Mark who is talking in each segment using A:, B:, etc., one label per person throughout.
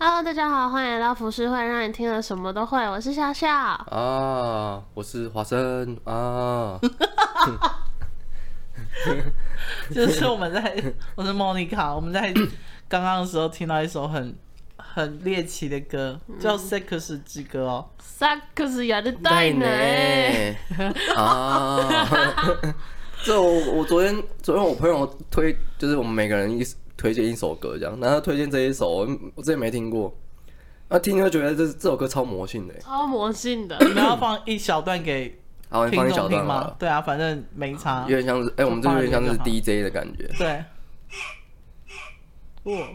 A: Hello，大家好，欢迎来到服饰会，让你听了什么都会。我是笑笑，
B: 啊，我是华生啊，
C: 就是我们在，我是莫妮卡，我们在刚刚的时候听到一首很很猎奇的歌，
B: 嗯
C: 叫《Sex 之歌》哦。
A: 萨克斯亚的戴呢？
B: 啊， 这我我昨天昨天我朋友推，就是我们每个人一推荐一首歌这样，然后他推荐这一首，我我之前没听过，那听就觉得这这首歌超魔性的欸，
A: 超魔性的，
C: 你们要放一小段给
B: 好，你
C: 听
B: 放一
C: 众
B: 小
C: 听
B: 段好
C: 吗
B: 了？，
C: 对啊，反正没差
B: 有。点像是，哎、我们这
C: 放
B: 有
C: 一
B: 点像
C: 个
B: 是
C: 就好
B: DJ 的感觉，
C: 对，哦哇，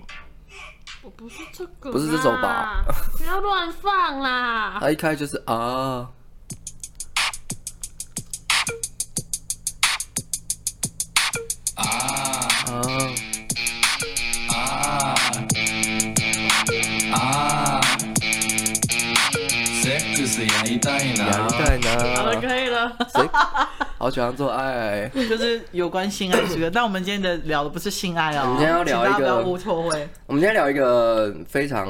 A: 我不是这个，
B: 不是这首吧？
A: 不要乱放啦！
B: 他一开就是啊，啊啊。
D: セックスやりたい
B: 呀
D: な
B: 你在
A: 好了，
B: 哪？
A: 可以了。
B: 谁？好喜欢做爱。
C: 就是有关性爱之歌。但我们今天的聊的不是性爱哦，
B: 我们今天要聊
C: 请大家
B: 一个
C: 不要误 错会，
B: 我们今天聊一个非常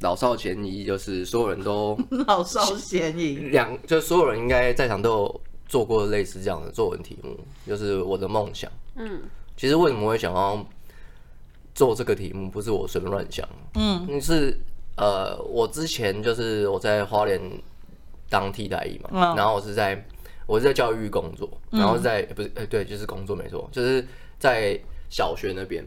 B: 老少咸宜，就是所有人都
C: 老少咸宜。
B: 两，就是所有人应该在场都有做过类似这样的作文题目，就是我的梦想。
A: 嗯，
B: 其实为什么会想要做这个题目，不是我随便乱想，
C: 嗯
B: 嗯是呃，我之前就是我在花莲当替代役嘛，
C: 嗯
B: 然后我是在我是在教育工作，然后是在、不是呃对，就是工作没错，就是在小学那边，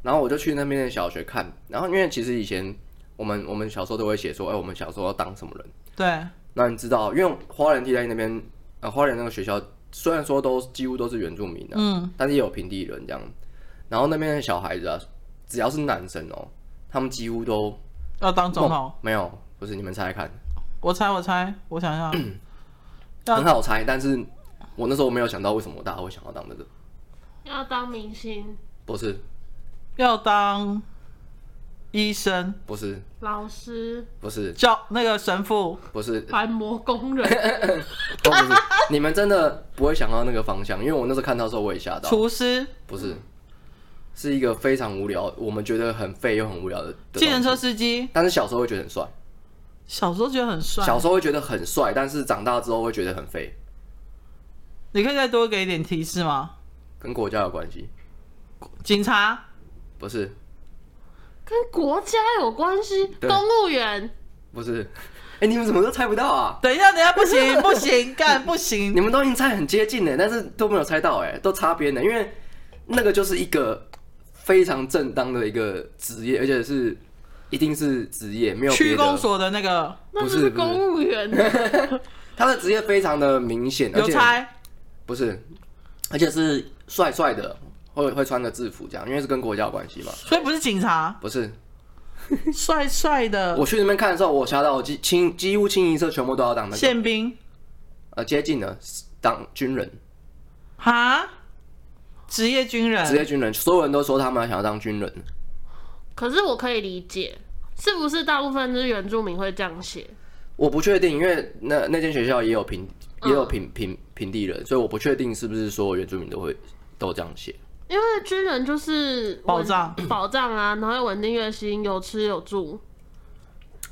B: 然后我就去那边的小学看，然后因为其实以前我们我们小时候都会写说，哎、我们小时候要当什么人，
C: 对，
B: 那你知道，因为花莲替代役那边呃花莲那个学校虽然说都几乎都是原住民的、
C: 嗯，
B: 但是也有平地人这样，然后那边的小孩子啊，只要是男生哦、他们几乎都
C: 要当总统
B: 梦，哦没有，不是你们猜猜看，
C: 我猜，我猜，我想想， 要
B: 很好猜，但是我那时候没有想到为什么大家会想要当这个，
A: 要当明星、
B: 不是，
C: 要当医生，
B: 不是，
A: 老师、
B: 不是，
C: 教那个神父，
B: 不是，
A: 环模工 人、
B: 都 不是，你们真的不会想到那个方向，因为我那时候看到的时候我也吓到，
C: 厨师，
B: 不是，是一个非常无聊，我们觉得很废又很无聊的，的
C: 计程车
B: 东西
C: 司机，
B: 但是小时候会觉得很帅，
C: 小时候觉得很帅。
B: 小时候会觉得很帅，但是长大之后会觉得很废，
C: 你可以再多给一点提示吗？
B: 跟国家有关系，
C: 警察，
B: 不是，
A: 跟国家有关系，
B: 对
A: 公务员、
B: 不是，哎、你们怎么都猜不到啊？
C: 等一下，等一下，不行，不行，干不
B: 你
C: 行，
B: 们都已经猜很接近了，但是都没有猜到哎、都擦边了，因为那个就是一个非常正当的一个职业，而且是一定是职业，没有别
C: 区公
B: 的。
C: 所的那个
A: 那
B: 不
A: 就是是
B: 不是
A: 公务员，
B: 他的职业非常的明显，而
C: 邮
B: 且
C: 差，
B: 不是，而且是帅帅的，会会穿个制服这样，因为是跟国家有关系嘛。
C: 所以不是 警察，
B: 不是，
C: 帅帅的
B: 我去那边看的时候，我吓到我几清几乎清一色全部都要当那个，
C: 宪兵，
B: 呃，接近了当军人，
C: 哈，职业军
B: 职业
C: 人，
B: 军人，所有人都说他们想要当军人，
A: 可是我可以理解，是不是大部分就是原住民会这样写？
B: 我不确定，因为那那间学校也有平
A: 嗯
B: 也有平平平地人，所以我不确定是不是所有原住民都会都这样写。
A: 因为军人就是稳
C: 保障
A: 保障 啊，然后有稳定月薪，有吃有住。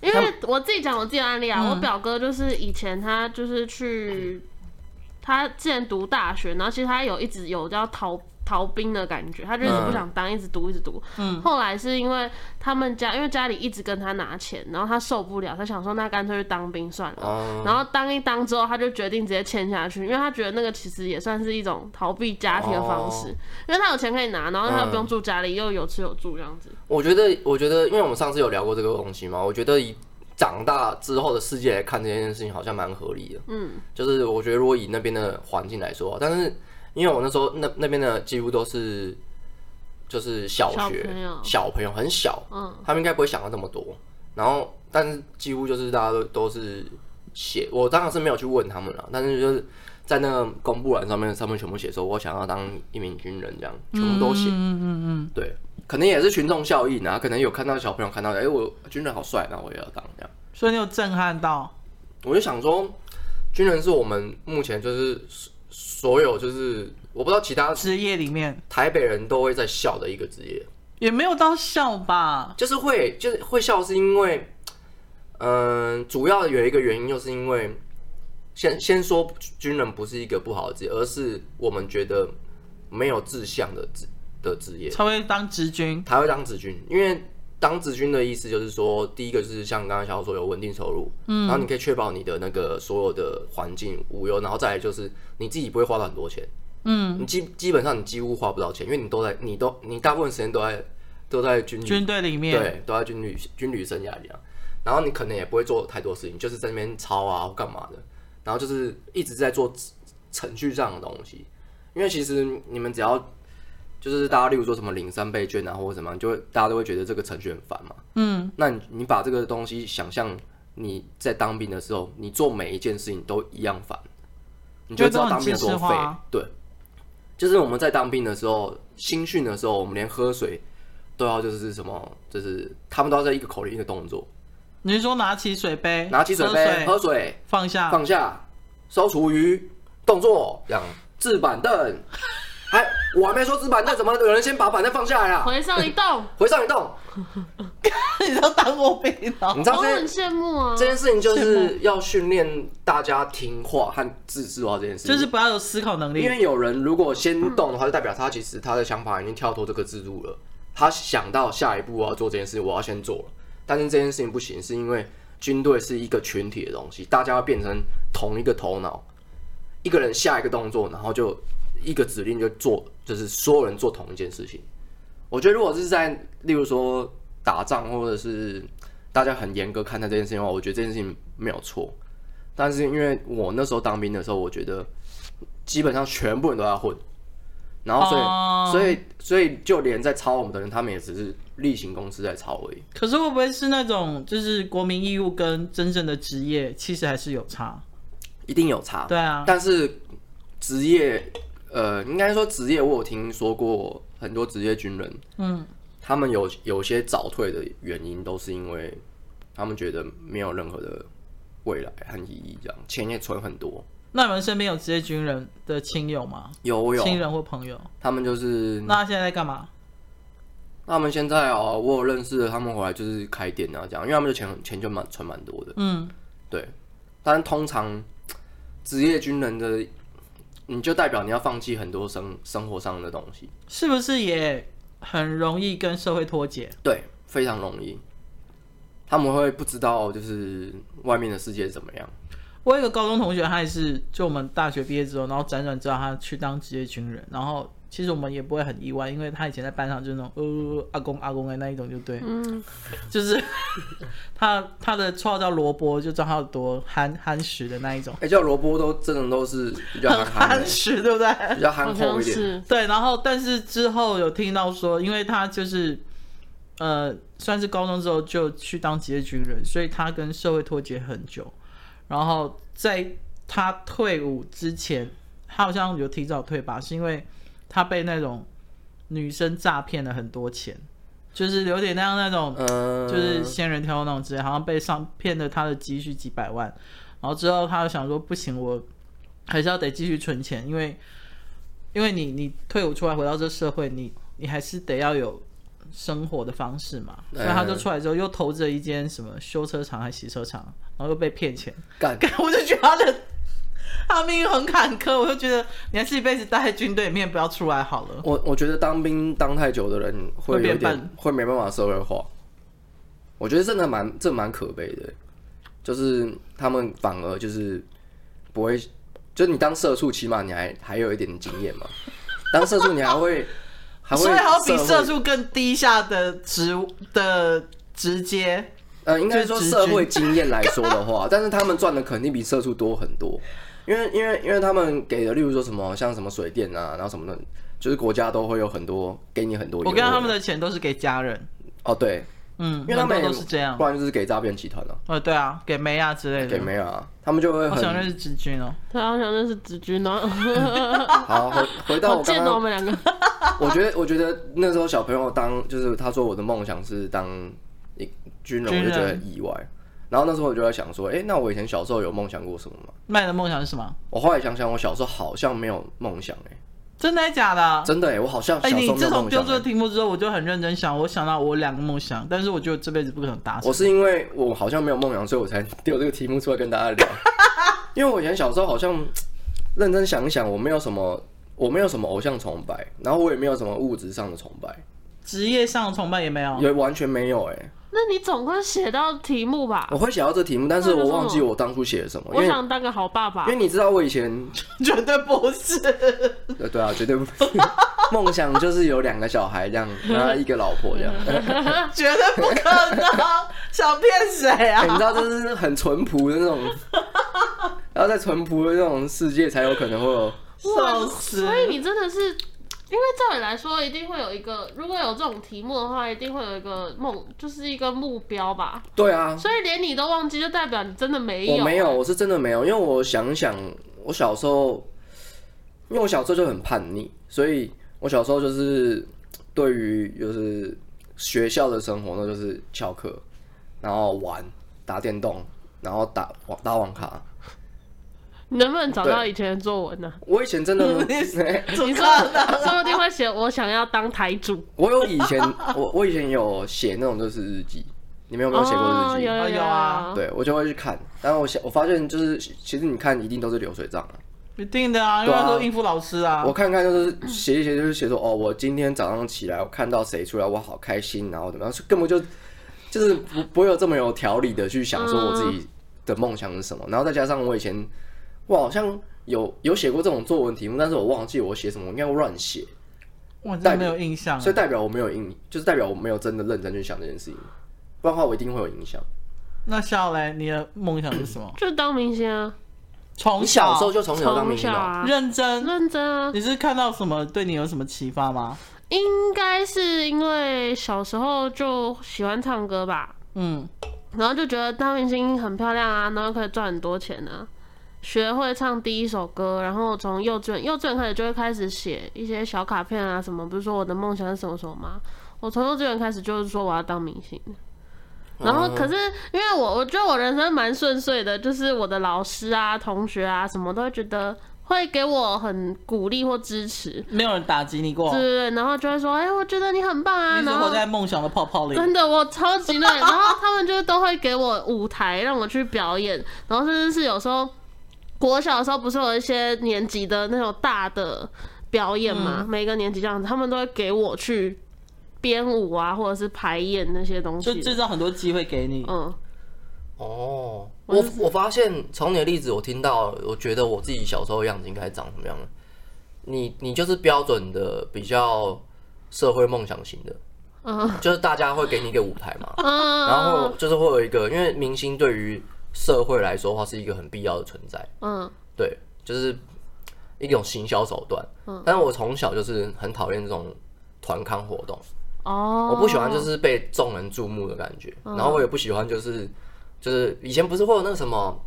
A: 因为我自己讲我自己的案例啊，
C: 嗯
A: 我表哥就是以前他就是去，他之前读大学，然后其实他有一直有叫逃逃兵的感觉，他就是不想当，一直读一直读。嗯，后来是因为他们家因为家里一直跟他拿钱，然后他受不了，他想说那干脆去当兵算了。
B: 哦
A: 然后当一当之后，他就决定直接签下去，因为他觉得那个其实也算是一种逃避家庭的方式，
B: 哦
A: 因为他有钱可以拿，然后他又
B: 嗯
A: 不用住家里，又有吃有住这样子。
B: 我觉得，我觉得，因为我们上次有聊过这个东西嘛，我觉得以长大之后的世界来看这件事情，好像蛮合理的。
A: 嗯，
B: 就是我觉得如果以那边的环境来说，啊但是因为我那时候那那边的几乎都是就是小学
A: 小朋友
B: 朋友很小，
A: 嗯，
B: 他们应该不会想到这么多。然后，但是几乎就是大家都都是写，我当然是没有去问他们了，但是就是在那个公布栏上面，上面全部写说我想要当一名军人，这样全部都写。
C: 嗯嗯嗯，
B: 对，可能也是群众效应啊，可能有看到小朋友看到，哎、我军人好帅，那我也要当这样。
C: 所以你有震撼到，
B: 我就想说，军人是我们目前就是所所有就是我不知道其他
C: 职业里面
B: 台北人都会在笑的一个职业，
C: 也没有到笑吧？
B: 就是会就是会笑，是因为，嗯、主要有一个原因，就是因为先先说军人不是一个不好的职业，而是我们觉得没有志向的职的职业，
C: 他会当直军，
B: 才会当职军，因为。当职军的意思就是说，第一个就是像刚刚小虎说有稳定收入，嗯，然后你可以确保你的那个所有的环境无忧，然后再来就是你自己不会花到很多钱，
C: 嗯，
B: 你基基本上你几乎花不到钱，因为你都在你都你大部分时间都在都在军旅
C: 军队里面，
B: 嗯对，都在军旅军旅生涯里啊。然后你可能也不会做太多事情，就是在那边抄啊或干嘛的，然后就是一直在做程序上的东西。因为其实你们只要就是大家，例如说什么领三倍券啊或者什么，你就会大家都会觉得这个程序很烦嘛。
C: 嗯，
B: 那你你把这个东西想象你在当兵的时候，你做每一件事情都一样烦，你就会知道当兵有多
C: 就
B: 废
C: 会都很知识化。
B: 对，就是我们在当兵的时候，新训的时候，我们连喝水都要就是什么，就是他们都要在一个口令一个动作，
C: 你是说拿起水杯，
B: 拿起水杯
C: 喝啊
B: 喝水，
C: 放下，
B: 放下，收厨余，动作，这样置板 凳。还我还没说置板凳，怎么有人先把板凳放下来啊？
A: 回上一栋，
B: 回上一动，
C: 你都当过兵
B: 你
C: 哦，
B: 知道
A: 我
B: 这
A: 很羡慕啊
B: 这。件事情就是要训练大家听话和自制化这件事情，
C: 就是不要有思考能力
B: 因。为有人如果先动的话，就代表他其实他的想法已经跳脱这个制度了，他想到下一步我要做这件事，我要先做了。但是这件事情不行，是因为军队是一个群体的东西，大家要变成同一个头脑，一个人下一个动作，然后就一个指令就做，就是所有人做同一件事情。我觉得如果是在例如说打仗，或者是大家很严格看待这件事情的话，我觉得这件事情没有错。但是因为我那时候当兵的时候，我觉得基本上全部人都在混，然后所以、
C: 哦
B: 所以所以就连在抄我们的人，他们也只是例行公事在抄而已。
C: 可是会不会是那种就是国民义务跟真正的职业其实还是有差？
B: 一定有差。
C: 对啊
B: 但是职业，呃，应该说职业，我有听说过很多职业军人，
C: 嗯，
B: 他们有有些早退的原因，都是因为他们觉得没有任何的未来和意义，这样钱也存很多。
C: 那你们身边有职业军人的亲友吗？
B: 有我有，嗯
C: 亲人或朋友？
B: 他们就是
C: 那他现在在干嘛？
B: 他们现在哦，我有认识的，他们回来就是开店啊，这样，因为他们的钱钱就蛮存蛮多的。
C: 嗯，
B: 对，但通常职业军人的，你就代表你要放弃很多生生活上的东西，
C: 是不是也很容易跟社会脱节？
B: 对，非常容易。他们会不知道就是外面的世界怎么样，
C: 我有一个高中同学，他也是就我们大学毕业之后，然后辗转知道他去当职业军人，然后其实我们也不会很意外，因为他以前在班上就是那种呃阿公阿公的那一种，就对，
A: 嗯，
C: 就是他他的绰号叫萝卜，就知道他有多憨憨实的那一种，
B: 哎、叫萝卜都真的都是比较
C: 很
B: 憨憨
C: 憨
B: 的，
C: 实，对不对？
B: 比较
A: 好
B: 憨厚
A: 像
B: 一点。
A: 是，
C: 对，然后但是之后有听到说，因为他就是呃，算是高中之后就去当职业军人，所以他跟社会脱节很久。然后在他退伍之前，他好像有提早退吧，是因为他被那种女生诈骗了很多钱，就是有点那样那种
B: 嗯，
C: 就是仙人跳那种之类，好像被上骗了他的积蓄几百万，然后之后他就想说不行，我还是要得继续存钱，因为因为你你退伍出来回到这社会，你你还是得要有生活的方式嘛，所以他
B: 哎
C: 就出来之后又投资了一间什么修车厂还是洗车厂，然后又被骗钱，
B: 干，
C: 我就觉得他的他命运很坎坷，我就觉得你还是一辈子待在军队里面不要出来好了。
B: 我我觉得当兵当太久的人会
C: 会
B: 有
C: 变
B: 点
C: 笨
B: 会没办法社会化，我觉得真的蛮这蛮可悲的，就是他们反而就是不会，就是你当社畜，起码你还还有一点经验嘛，当社畜你还会还会
C: 所以还要比
B: 社会
C: 社畜更低下的职的直接，
B: 呃，应该说
C: 就是直
B: 社
C: 觉
B: 会经验来说的话， 但是他们赚的肯定比社畜多很多，因为因为因为他们给的，例如说什么像什么水电啊，然后什么的，就是国家都会有很多给你很多优
C: 我
B: 惠。
C: 跟他们的钱都是给家人，
B: 哦对，
C: 嗯，
B: 因为他们
C: 很
B: 也
C: 多都是这样
B: 不。然就是给诈骗集团了、
C: 呃，对啊，给梅亚之类的。
B: 给没有啊，他们就会
C: 我想
B: 很
C: 认识直军哦。
A: 他啊好想认识子君呢，
B: 好回回到
A: 好
B: 我
A: 贱
B: 刚
A: 啊 哦，我
B: 刚，
A: 们两个。
B: 我觉得我觉得那时候小朋友当就是他说我的梦想是当一军人，
C: 军
B: 我就觉得
C: 人
B: 很意外。然后那时候我就在想说，哎、那我以前小时候有梦想过什么吗？
C: 麦的梦想是什么？
B: 我后来想想，我小时候好像没有梦想哎、
C: 真的假的啊？
B: 真的哎，我好像小
C: 哎、
B: 时候没
C: 你
B: 有
C: 自从
B: 梦
C: 丢
B: 想
C: 这个
B: 欸。
C: 题目之后，我就很认真想，我想到我两个梦想，但是我觉得这辈子不可能达成。
B: 我是因为我好像没有梦想，所以我才丢这个题目出来跟大家 聊。因为我以前小时候好像认真想一想，我没有什么，我没有什么偶像崇拜，然后我也没有什么物质上的崇拜，
C: 职业上的崇拜也没有，
B: 也完全没有哎、
A: 那你总会写到题目吧
B: 我？会想到这题目，但是
A: 那
B: 我
A: 就是
B: 忘记我当初写的什么，哦因
A: 我
B: 为
A: 想当个好爸爸
B: 因为。你知道我以前，
C: 绝对不是。
B: 呃，对啊，绝对不梦想就是有两个小孩这样，然后一个老婆这样。
C: 绝对不可能， 想骗谁
B: 欸你知
C: 啊？
B: 道这是很淳朴的那种，然后在淳朴的那种世界才有可能会有。
C: 笑死！，
A: 所以你真的是，因为照理来说，一定会有一个，如果有这种题目的话，一定会有一个梦，就是一个目标吧。
B: 对啊，
A: 所以连你都忘记，就代表你真的没有。啊
B: 我没有，。我是真的没有，因为我想想，我小时候，因为我小时候就很叛逆，所以我小时候就是对于就是学校的生活呢，就是翘课，然后玩、打电动，然后打网打网咖。
A: 你能不能找到
B: 对
A: 以前的作文呢、
B: 我以前真的
C: 怎
A: 你
C: 么
A: 说，
C: 可能？
A: 说不定会写我想要当台主。
B: 我有以前，我我以前有写那种就是日记，你们有没有写过
A: 哦
B: 日记？
A: 有有？
C: 啊有啊，
B: 对，我就会去看，然后我想，我发现就是，其实你看一定都是流水账啊。
C: 一定的啊，因
B: 对
C: 为
B: 啊
C: 他都应付老师啊
B: 我。看看就是写一写，就是写说哦，我今天早上起来，我看到谁出来，我好开心，然后怎么样，是根本就就是不不会有这么有条理的去想说我自
C: 嗯
B: 己的梦想是什么。然后再加上我以前，我好像有有写过这种作文题目，但是我忘记我写什么，我应该乱写，
C: 我真的没有印象啊，
B: 所以代表我没有印，就是代表我没有真的认真去想这件事情，不然的话我一定会有影响。
C: 那笑嘞，你的梦想是什么
A: 就当明星啊，
C: 从
B: 你小时候就从小当
A: 从
B: 明星
A: 小
B: 哦，
A: 啊，
C: 认真，
A: 认真啊。
C: 你是看到什么对你有什么启发吗？
A: 应该是因为小时候就喜欢唱歌吧，
C: 嗯，
A: 然后就觉得当明星很漂亮啊，然后可以赚很多钱啊。学会唱第一首歌，然后从幼稚园幼稚园开始就会开始写一些小卡片啊什么，不是说我的梦想是什么什么吗？我从幼稚园开始就是说我要当明星，然
C: 哦
A: 后可是因为我我觉得我人生蛮顺遂的，就是我的老师啊、同学啊什么都会觉得会给我很鼓励或支持，
C: 没有人打击你过
A: 对，对对，然后就会说，哎、我觉得你很棒啊，
C: 你是
A: 然
C: 活
A: 后
C: 在梦想的泡泡里。
A: 真的我超级累，然后他们就都会给我舞台让我去表演，然后甚至是有时候国小的时候不是有一些年级的那种大的表演嘛，
B: 嗯
A: 每个年级这样子，他们都会给我去编舞啊，或者是排演那些东
C: 就
A: 西
C: 制
A: 的，
C: 造很多机会给你，
A: 嗯。
B: 哦，我我发现从你的例子，我听到，我觉得我自己小时候的样子应该长什么样了。你你就是标准的比较社会梦想型的，
A: 嗯
B: 就是大家会给你一个舞台嘛，
A: 嗯，
B: 然后就是会有一个，因为明星对于社会来说的话是一个很必要的存在，
A: 嗯，
B: 对，就是一种行销手段。
A: 嗯
B: 但是我从小就是很讨厌这种团康活动，
A: 哦，
B: 我不喜欢就是被众人注目的感觉，
C: 哦
B: 然后我也不喜欢就是就是以前不是会有那个什么，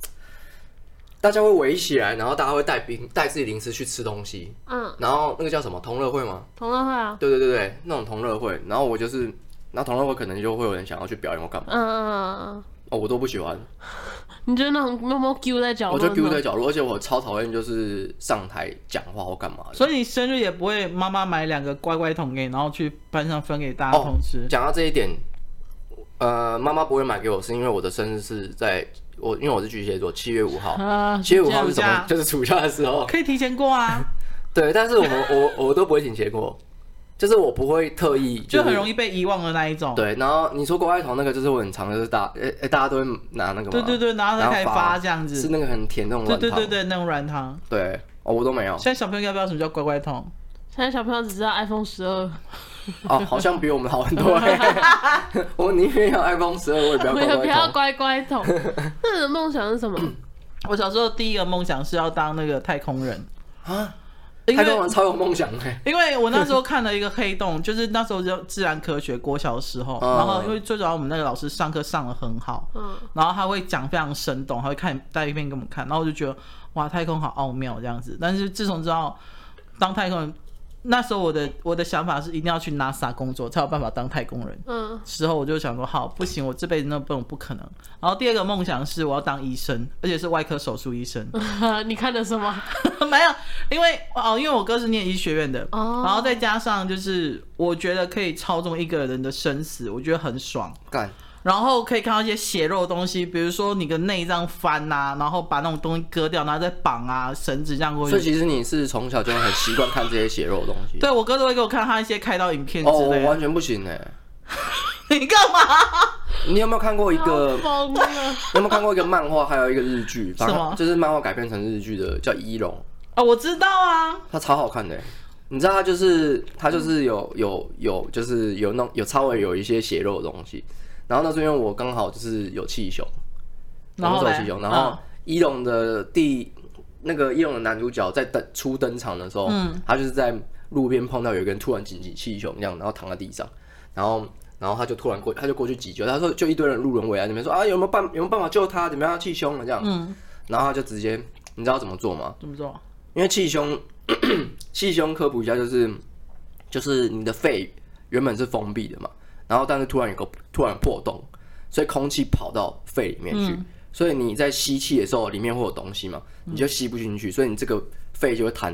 B: 大家会围起来，然后大家会带冰带自己零食去吃东西，
A: 嗯，
B: 然后那个叫什么同乐会吗？
A: 同乐会啊，
B: 对对对对，那种同乐会，然后我就是，然后同乐会可能就会有人想要去表演或干嘛，
A: 嗯嗯嗯
B: 哦，我都不喜欢，
A: 嗯，你觉得那种默默丢在角
C: 哦
B: 我
A: 落，
B: 就丢在角落，而且我超讨厌就是上台讲话或干嘛的。
C: 所以你生日也不会妈妈买两个乖乖桶给你，然后去班上分给大家同吃。
B: 讲到这一点，呃，妈妈不会买给我，是因为我的生日是在我因为我是巨蟹座，七月五 号。
C: 啊，
B: 七月五号是
C: 暑
B: 什么
C: 假？
B: 就是暑假的时候。
C: 可以提前 过啊，
B: 对，但是我们我我都不会请结果，就是我不会特意、
C: 就很容
B: 易。
C: 易被遗忘的那一种。
B: 对，然后你说国外头那个就是我很常就是大呃、呃大家都会拿那个嘛，
C: 对对对然后再开始发这样子
B: 是那个很甜那种
C: 对
B: 软
C: 对
B: 糖。
C: 对对，那种软糖。
B: 对哦，我都没有
C: 现在小朋友应该不知道什么叫乖乖桶，
A: 现在小朋友只知道 iPhone 十二，
B: 哦，好像比我们好很 多、欸。 我宁愿要 iPhone 十二，我也不要
A: 我
B: 乖
A: 也 不
B: 乖
A: 要乖
B: 桶。
A: 乖 桶。那你的梦想是什么？
C: 我小时候第一个梦想是要当那个太空人
B: 啊，
C: 因
B: 太空
C: 为
B: 人超有梦想的、欸。
C: 因为我那时候看了一个黑洞， 就是那时候就自然科学国小的时候，
B: 嗯
C: 然后因为最主要我们那个老师上课上的很好，
A: 嗯，
C: 然后他会讲非常生动，他会看带一片给我们看，然后我就觉得哇，太空好奥妙这样子。但是自从知道当太空人那时候我的我的想法是一定要去 NASA 工作才有办法当太空人。
A: 嗯，
C: 之后我就想说，好，不行，我这辈子那不不可能。然后第二个梦想是我要当医生，而且是外科手术医生。
A: 你看的什么？
C: 没有，因为哦，因为我哥是念医学院的，
A: 哦
C: 然后再加上就是我觉得可以操纵一个人的生死，我觉得很爽。
B: 干，
C: 然后可以看到一些血肉的东西，比如说你的内脏翻呐、然后把那种东西割掉，然后再绑啊绳子这样过
B: 所以
C: 去。
B: 其实你是从小就很习惯看这些血肉的东西。
C: 对我哥都会给我看他一些开刀影片之
B: 哦，我
C: 类的。
B: 完全不行哎、
C: 你干嘛？
B: 你有没有看过一个？
A: 要啊疯了！
B: 你有没有看过一个漫画，还有一个日剧？
C: 什么
B: 反正就是漫画改编成日剧的，叫《一龙》，
C: 哦，我知道啊，
B: 它超好看的欸。你知道它就是它就是有有有就是有那种有稍微有一些血肉的东西，然后那是因为我刚好就是有气胸，
C: 然后
B: 我
C: 嘞嗯
B: 是有气胸，然后一龙的第那个一龙的男主角在登初登场的时候，
C: 嗯
B: 他就是在路边碰到有一个人突然紧急气胸这样，然后躺在地上，然后然后他就突然过他就过去急救，他说就一堆人路人围在那边说啊有没有办有没有办法救他怎么样他气胸了这样，
C: 嗯
B: 然后他就直接你知道怎么做吗？
C: 怎么做？
B: 因为气胸， 气胸科普一下，就是就是你的肺原本是封闭的嘛，然后但是突然有个突然破洞，所以空气跑到肺里面去，所以你在吸气的时候里面会有东西嘛，你就吸不进去，所以你这个肺就会弹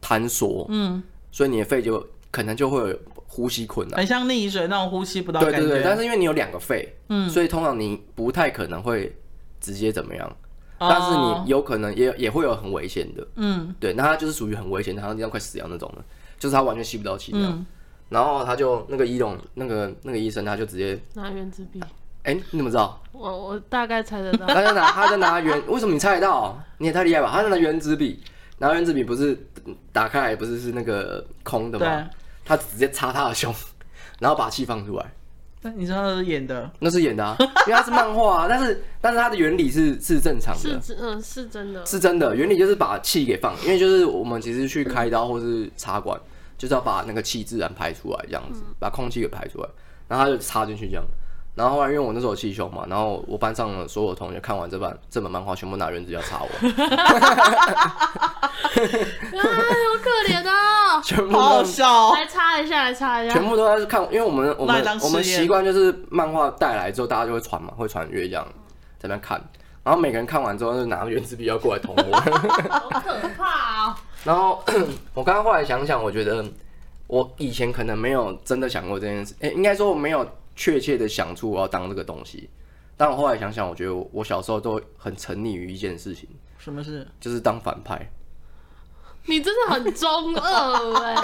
B: 弹缩，嗯，所以你的肺就可能就会有呼吸困难。
C: 很像溺水那种呼吸不到
B: 对
C: 哎感觉。
B: 对对，但是因为你有两个肺，嗯，所以通常你不太可能会直接怎么样，但是你有可能也也会有很危险的，
C: 嗯，
B: 对，那他就是属于很危险，好像要快死掉那种的，就是他完全吸不到气那样。然后他就那个医龙那个那个医生，他就直接，
A: 拿原子笔，
B: 哎、你怎么知道？
A: 我我大概猜得 到。
B: 他就拿他就拿原，为什么你猜得到？你也太厉害吧！他就拿原子笔，拿原子笔不是打开来不是是那个空的吗
C: 对？
B: 他直接插他的胸，然后把气放出来。
C: 但你知道他演的，
B: 那是演的、啊，因为它是漫画啊，但是但是它的原理是是正常
A: 是
B: 的，
A: 真嗯是真的，
B: 是真的。原理就是把气给放，因为就是我们其实去开刀或是插管，就是要把那个气自然排出来，这样子把空气给排出来，然后它就插进去这样。然后后来因为我那时候有气胸嘛，然后我班上的所有同学看完这版这本漫画，全部拿原子要插我，
A: 啊，好可怜
B: ，
A: 哦
B: 全部
C: 好好
B: 都
C: 笑哦。
A: 来擦一下，来擦一下
B: 全。部都在看，因为我们我
C: 那
B: 们
C: 你当实
B: 我们
C: 验
B: 习惯就是漫画带来之后，大家就会传嘛，会传阅这样在那边看，然后每个人看完之后就拿原子笔要过来捅我。
A: 好可怕哦！
B: 然后 我刚刚后来想想，我觉得我以前可能没有真的想过这件事，诶、应该说我没有确切的想出我要当这个东西。但我后来想想，我觉得我我小时候都很沉溺于一件事情，
C: 什么事？
B: 就是当反派。
A: 你真的很中 二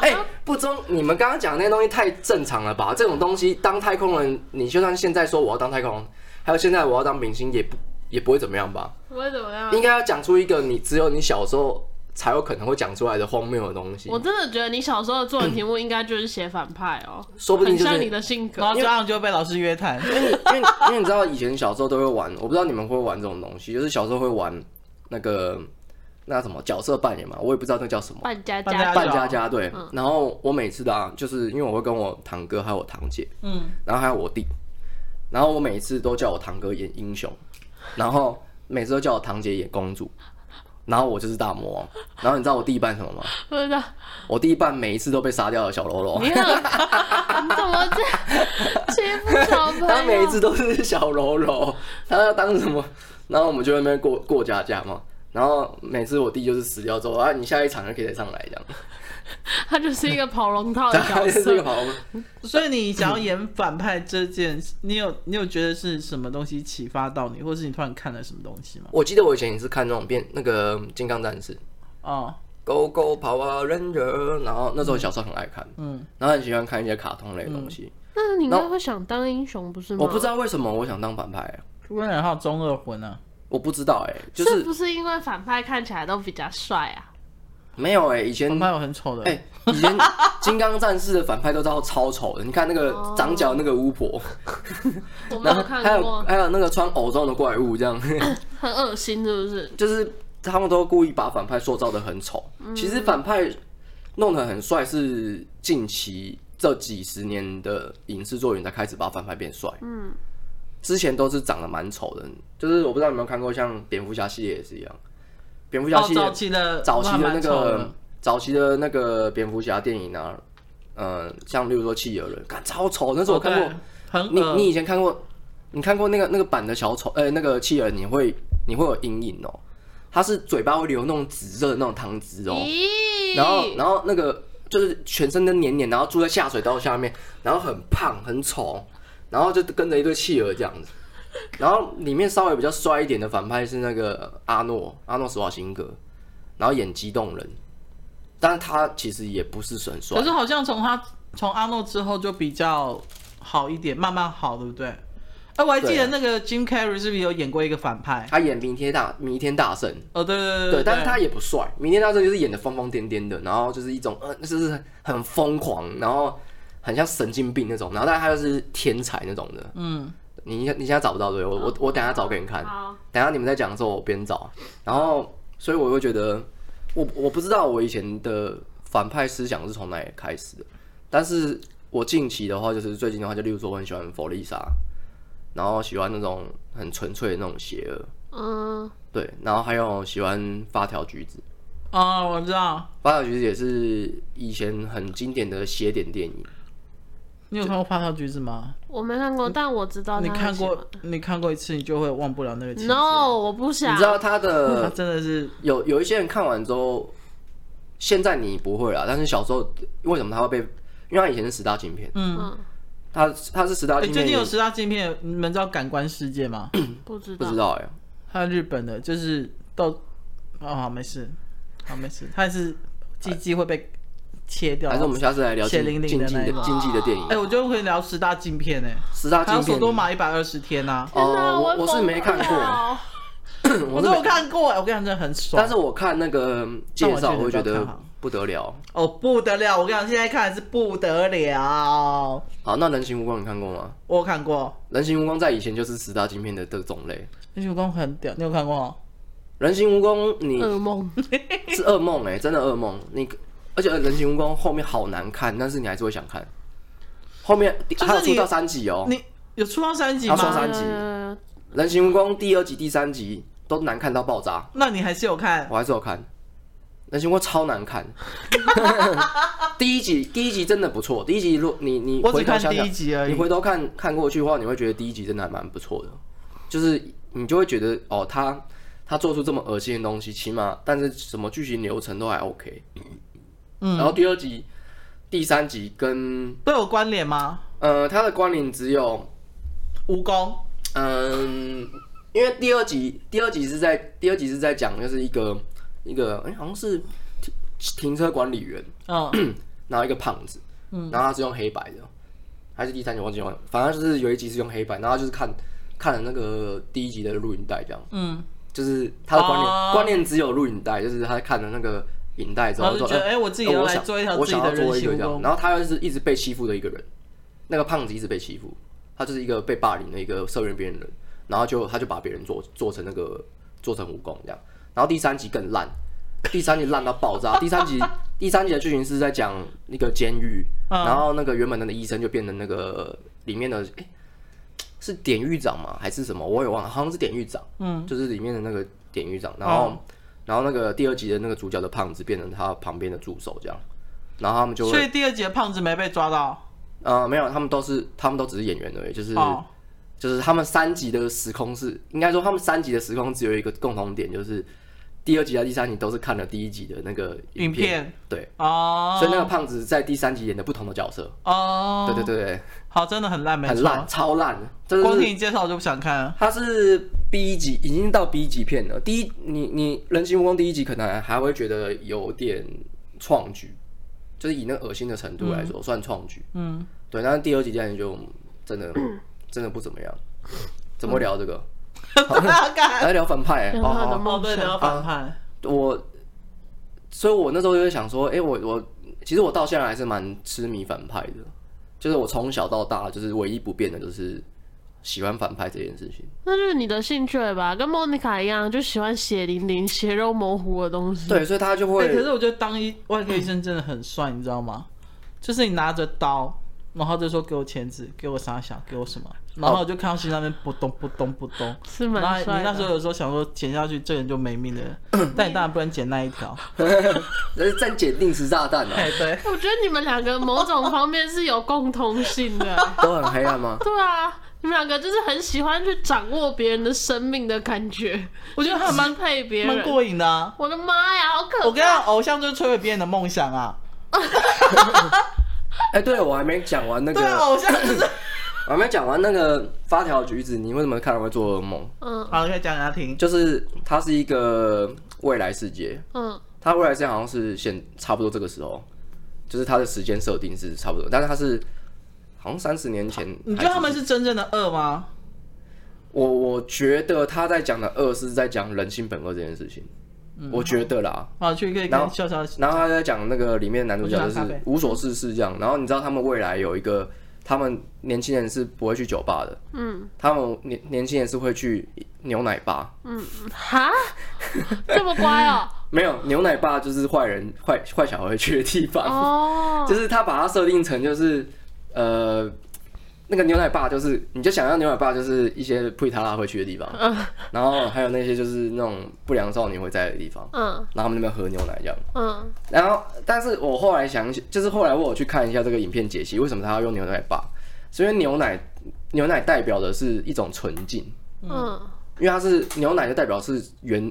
A: 哎、
B: 哎、不中，你们刚刚讲的那些东西太正常了吧？这种东西当太空人，你就算现在说我要当太空人，还有现在我要当明星，也不也不会怎么样吧？
A: 不会怎么样。啊
B: 应该要讲出一个你只有你小时候才有可能会讲出来的荒谬的东西，
A: 我真的觉得你小时候的作文题目应该就是写反派哦，
B: 说不定
A: 很
B: 就是
A: 像你的性格
C: 然后。这样就会被老师约谈。
B: 因为因为因为你知道以前小时候都会玩，我不知道你们会不会玩这种东西，就是小时候会玩那个那什么角色扮演嘛，我也不知道那叫什么。
A: 扮家
C: 扮
A: 家
C: 家家
A: 酒
B: 扮家家对，然后我每次的、啊，就是因为我会跟我堂哥还有我堂姐，
C: 嗯，
B: 然后还有我弟，然后我每次都叫我堂哥演英雄，然后每次都叫我堂姐演公主，然后我就是大魔王。然后你知道我弟扮什么吗？
A: 不知道
B: 我弟扮每一次都被杀掉的小喽啰，
A: 你很， 你怎么这样欺负小朋友？
B: 他每一次都是小喽啰，他要当什么？然后我们就在那边过过家家嘛。然后每次我弟就是死掉之后啊，你下一场就可以再上来这样。
A: 他就是一个跑龙套的
B: 他
A: 角
B: 就是个
A: 色。
B: 好，
C: 所以你想要演反派这件，你有你有觉得是什么东西启发到你，或是你突然看了什么东西吗？
B: 我记得我以前也是看那种变那个金刚战士
C: 哦，
B: ，Go Go Power Ranger，然后那时候小时候很爱看，
C: 嗯，
B: 然后很喜欢看一些卡通类的东西。
A: 那你应该会想当英雄不是吗？
B: 我不知道为什么我想当反派、欸
C: 不然还有中二魂啊，
B: 我不知道哎、欸就是是
A: 不是因为反派看起来都比较帅啊？
B: 没有哎、欸以前
C: 反派有很丑的，
B: 哎、以前金刚战士的反派都超超丑的，你看那个长角那个巫婆，
A: 我没
B: 然
A: 有
B: 后
C: 嗯
B: 还
A: 看
B: 有
A: 过，
B: 还有那个穿偶装的怪物，这样
C: 啊
A: 很恶心是不是？
B: 就是他们都故意把反派塑造的很丑。
C: 嗯
B: 其实反派弄得很帅是近期这几十年的影视作品才开始把反派变帅。嗯，之前都是长得蛮丑的，就是我不知道你有没有看过，像蝙蝠侠系列也是一样，蝙蝠侠
C: 哦
B: 系列
C: 早期的
B: 早期的那
C: 蛮丑
B: 个
C: 的
B: 早期的那个蝙蝠侠电影啊，呃，像例如说企鹅人，看超丑，那是我看过。
C: 哦很
B: 你
C: 恶
B: 你以前看过，你看过那个那个版的小丑，呃，那个企鹅，你会你会有阴影哦。它是嘴巴会流那种紫色的那种汤汁哦，
A: 咦，
B: 然后然后那个就是全身都黏黏，然后住在下水道下面，然后很胖很丑，然后就跟着一堆企鹅这样子。然后里面稍微比较帅一点的反派是那个阿诺阿诺施瓦辛格，然后演激动人，但是他其实也不是很帅
C: 可，是好像从他从阿诺之后就比较好一点，慢慢好，对不对？哎、我还记
B: 对
C: 得
B: 啊
C: 那个 Jim Carrey 是不是有演过一个反派？
B: 他演明天大明天大圣，
C: 哦，对对对
B: 对，但是
C: 对
B: 他也不帅。明天大圣就是演的疯疯癫癫的，然后就是一种呃，就是很疯狂，然后很像神经病那种，然后但他又是天才那种的。
C: 嗯，
B: 你你现在找不到对不对，我我我等一下找给你看，
A: 好，
B: 等一下你们在讲的时候我边找，然后所以我会觉得我我不知道我以前的反派思想是从哪里开始的，但是我近期的话就是最近的话，就例如说我很喜欢佛利莎，然后喜欢那种很纯粹的那种邪恶，
A: 嗯，
B: 对，然后还有喜欢发条橘子。
C: 哦，我知道，
B: 八角橘子也是以前很经典的邪典电影，
C: 你有看过《发条橘子》吗？
A: 我没看
B: 嗯
A: 过，但我知道
C: 你
A: 他
C: 看
A: 很喜欢
C: 过，你看过一次，你就会忘不了那个情节。
A: ？No，我不想。
C: 啊
B: 你知道它
C: 他
B: 的
C: 真的是
B: 有有一些人看完之后，现在你不会啦，但是小时候为什么他会被？因为他以前是十大禁片，
A: 嗯，
B: 他他是十大
C: 哎、
B: 禁
C: 最
B: 片，
C: 近有十大镜片，你们知道《感官世界》吗？
A: 不知
B: 不
A: 道
B: 知。道哎、
C: 他日本的，就是到哦，好没事，好没事，他是鸡鸡会被切掉。
B: 还是我们下次来聊
C: 血
B: 禁
C: 淋
B: 禁
C: 淋
B: 忌
C: 的那一
B: 的
C: 种
B: 禁忌的电影
C: 哎、，我觉得我可以聊十大镜片哎、
B: 十大
C: 还有
B: 禁
C: 索
B: 片哦
C: 多玛一百二十天啊呐、
A: 天哪
B: 哦，我
A: 会
B: 我是
A: 疯
B: 没看过，
A: 掉
C: 我都有看过、哎，我跟你讲真的很
B: 嗯
C: 爽。
B: 但是我看那个介绍，我会觉
C: 那我觉得不要
B: 得
C: 看好
B: 不得了。
C: 哦不得了，我跟你讲，现在看是不得了，
B: 好，那人形蜈蚣你看过吗？
C: 我有看过，哎
B: 人形蜈蚣在以前就是十大禁片的这种类。
C: 那些功很屌，你有看过哦？
B: 人形蜈蚣，你
A: 噩梦，
B: 是噩梦哎、真的噩梦。你而且人形蜈蚣后面好难看，但是你还是会想看。后面
C: 是
B: 还有出
C: 你
B: 到三集哦、
C: 你有出到三集
B: 他出到
C: 吗
B: 三？
A: 哎
B: 集人形蜈蚣第二集、第三集都难看到爆炸，
C: 那你还是有看
B: 我还是有看。人形蜈蚣超难看， 第一集第一集真的不错，第一集如你你
C: 我只
B: 回头
C: 看
B: 想想
C: 第一集而已
B: 你回头看看过去的话，你会觉得第一集真的还蛮不错的，就是你就会觉得哦，他他做出这么恶心的东西，起码但是什么剧情流程都还 OK，
C: 嗯
B: 然后第二集、第三集跟
C: 都有关联吗？
B: 呃它的关联只有
C: 蜈蚣，
B: 嗯，因为第二集第二集是在第二集是在讲就是一个一个哎、好像是停停车管理员，
C: 嗯，
B: 然后一个胖子，嗯，然后他是用黑白的，还是第三集我忘记了，反正就是有一集是用黑白，然后就是看看了那个第一集的录影带这样，
C: 嗯，
B: 就是他的观念、
C: 哦
B: 观念只有录影带，就是他看了那个影带之
C: 然
B: 后
C: 后就
B: 说，
C: 觉得
B: 呃
C: 哎我自己
B: 呃
C: 要
B: 我
C: 来
B: 想
C: 做一条
B: 我
C: 自己
B: 想要
C: 的
B: 做
C: 人
B: 一个
C: 形
B: 这
C: 蜈
B: 样，
C: 蚣
B: 然后他又是一直被欺负的一个人，那个胖子一直被欺负，他就是一个被霸凌的一个社员边缘人，然后就他就把别人做做成那个做成蜈蚣这样，然后第三集更烂，第三集烂到爆 炸，第三集第三集的剧情是在讲那个监狱，
C: 嗯
B: 然后那个原本的那个医生就变成那个里面的哎。是典狱长吗？还是什么？我也忘了，好像是典狱长。
C: 嗯，
B: 就是里面的那个典狱长，然后、然后那个第二集的那个主角的胖子变成他旁边的助手这样，然后他们就
C: 所以
B: 会
C: 第二集的胖子没被抓到
B: 呃没有，他们都是他们都只是演员而已，就是、
C: 哦，
B: 就是他们三集的时空是应该说他们三集的时空只有一个共同点，就是第二集和第三集都是看了第一集的那个
C: 影
B: 影
C: 片
B: 对，
C: 哦，
B: 所以那个胖子在第三集演的不同的角色，
C: 哦，
B: 对对对
C: 好，真的很烂，没
B: 对，
C: 错
B: 很烂，超烂，真
C: 光
B: 的
C: 听
B: 是
C: 你介绍我就不想看啊了。
B: 它是 B 级，已经到 B 级片了。第一，你你人形蜈蚣第一集可能还会觉得有点创举，就是以那个恶心的程度来说、算创举。
C: 嗯，
B: 对，但是第二集这样就真的真的不怎么样。怎么聊这个？
C: 大概
B: 来聊反派、欸，
A: 聊
B: 好
A: 他的
B: 好
A: 梦
C: 哦，对，聊到
B: 啊
C: 反派，
B: 我，所以我那时候就会想说，哎、我我其实我到现在还是蛮痴迷反派的，就是我从小到大就是唯一不变的就是喜欢反派这件事情。
A: 那就是你的兴趣了吧？跟莫妮卡一样，就喜欢血淋淋、血肉模糊的东西。
B: 对，所以他就
C: 哎、
B: 会。
C: 可是我觉得当医外科医生真的很帅，你知道吗？就是你拿着刀，然后他就说给我钳子，给我沙小，给我什么，
B: 哦
C: 然后我就看到心那边扑咚扑咚扑 咚，
A: 是
C: 然后
A: 蛮
C: 你
A: 帅的。
C: 那时候有时候想说剪下去这个人就没命了， 但你当然不能剪那一条，
B: 那是在捡定时炸弹啊，
C: 哎 对，
A: 我觉得你们两个某种方面是有共通性的、
B: 都很黑暗吗？
A: 对啊，你们两个就是很喜欢去掌握别人的生命的感觉，
C: 我觉得还蛮
A: 支配别
C: 蛮
A: 人。
C: 过瘾的啊。
A: 我的妈呀，好可
C: 我
A: 怕！
C: 跟他偶像就是摧毁别人的梦想啊，
B: 哎、对我还没讲完那个，
C: 对啊，
A: 哦
C: 偶像就是。
B: 我还没讲完那个发条橘子，你为什么看了会做噩梦？
A: 嗯
C: 好了，可以讲给他听。
B: 就是它是一个未来世界，
A: 嗯
B: 它未来世界好像是现差不多这个时候，就是它的时间设定是差不多，但是它是好像三十年前还是。
C: 你觉得他们是真正的恶吗？
B: 我我觉得他在讲的恶是在讲人性本恶这件事情，
C: 嗯
B: 我觉得啦。
C: 好，去可以
B: 然
C: 跟
B: 后
C: 笑笑。
B: 然后他在讲那个里面的男主角就
C: 我去拿咖
B: 是
C: 啡
B: 无所事事这样，然后你知道他们未来有一个，他们年轻人是不会去酒吧的，
A: 嗯，
B: 他们年年轻人是会去牛奶吧，
A: 嗯 哈，这么乖哦、
B: 没有牛奶吧就是坏人坏坏小孩会去的地方，
A: 哦，
B: 就是他把它设定成就是呃。那个牛奶吧就是，你就想象牛奶吧就是一些普里塔拉会去的地方，然后还有那些就是那种不良少女会在的地方，
A: 嗯
B: 然后他们那边喝牛奶这样。
A: 嗯
B: 然后，但是我后来想起，就是后来我有去看一下这个影片解析，为什么他要用牛奶吧？是因为牛奶牛奶代表的是一种纯净，
A: 嗯
B: 因为它是牛奶就代表是原，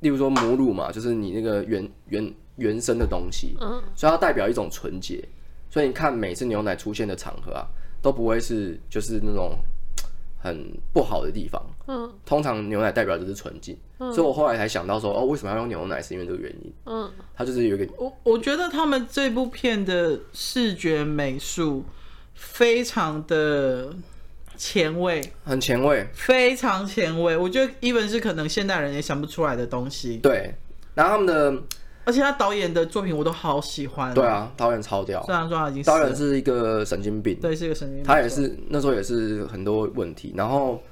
B: 例如说母乳嘛，就是你那个原原原生的东西，
A: 嗯，
B: 所以它代表一种纯洁。所以你看每次牛奶出现的场合啊，都不会是就是那种很不好的地方。
A: 嗯
B: 通常牛奶代表就是纯净，所以我后来才想到说，哦，为什么要用牛奶？是因为这个原因，
A: 嗯
B: 它就是有一个
C: 我我觉得他们这部片的视觉美术非常的前卫，
B: 很前卫，
C: 非常前卫。我觉得 even 是可能现代人也想不出来的东西，
B: 对，然后他们的
C: 而且他导演的作品我都好喜欢。
B: 对，啊，导演超屌，
C: 虽然说他已经死
B: 导演
C: 了，
B: 是一个神经病，
C: 对是一个神经病，
B: 他也是那时候也是很多问题，然后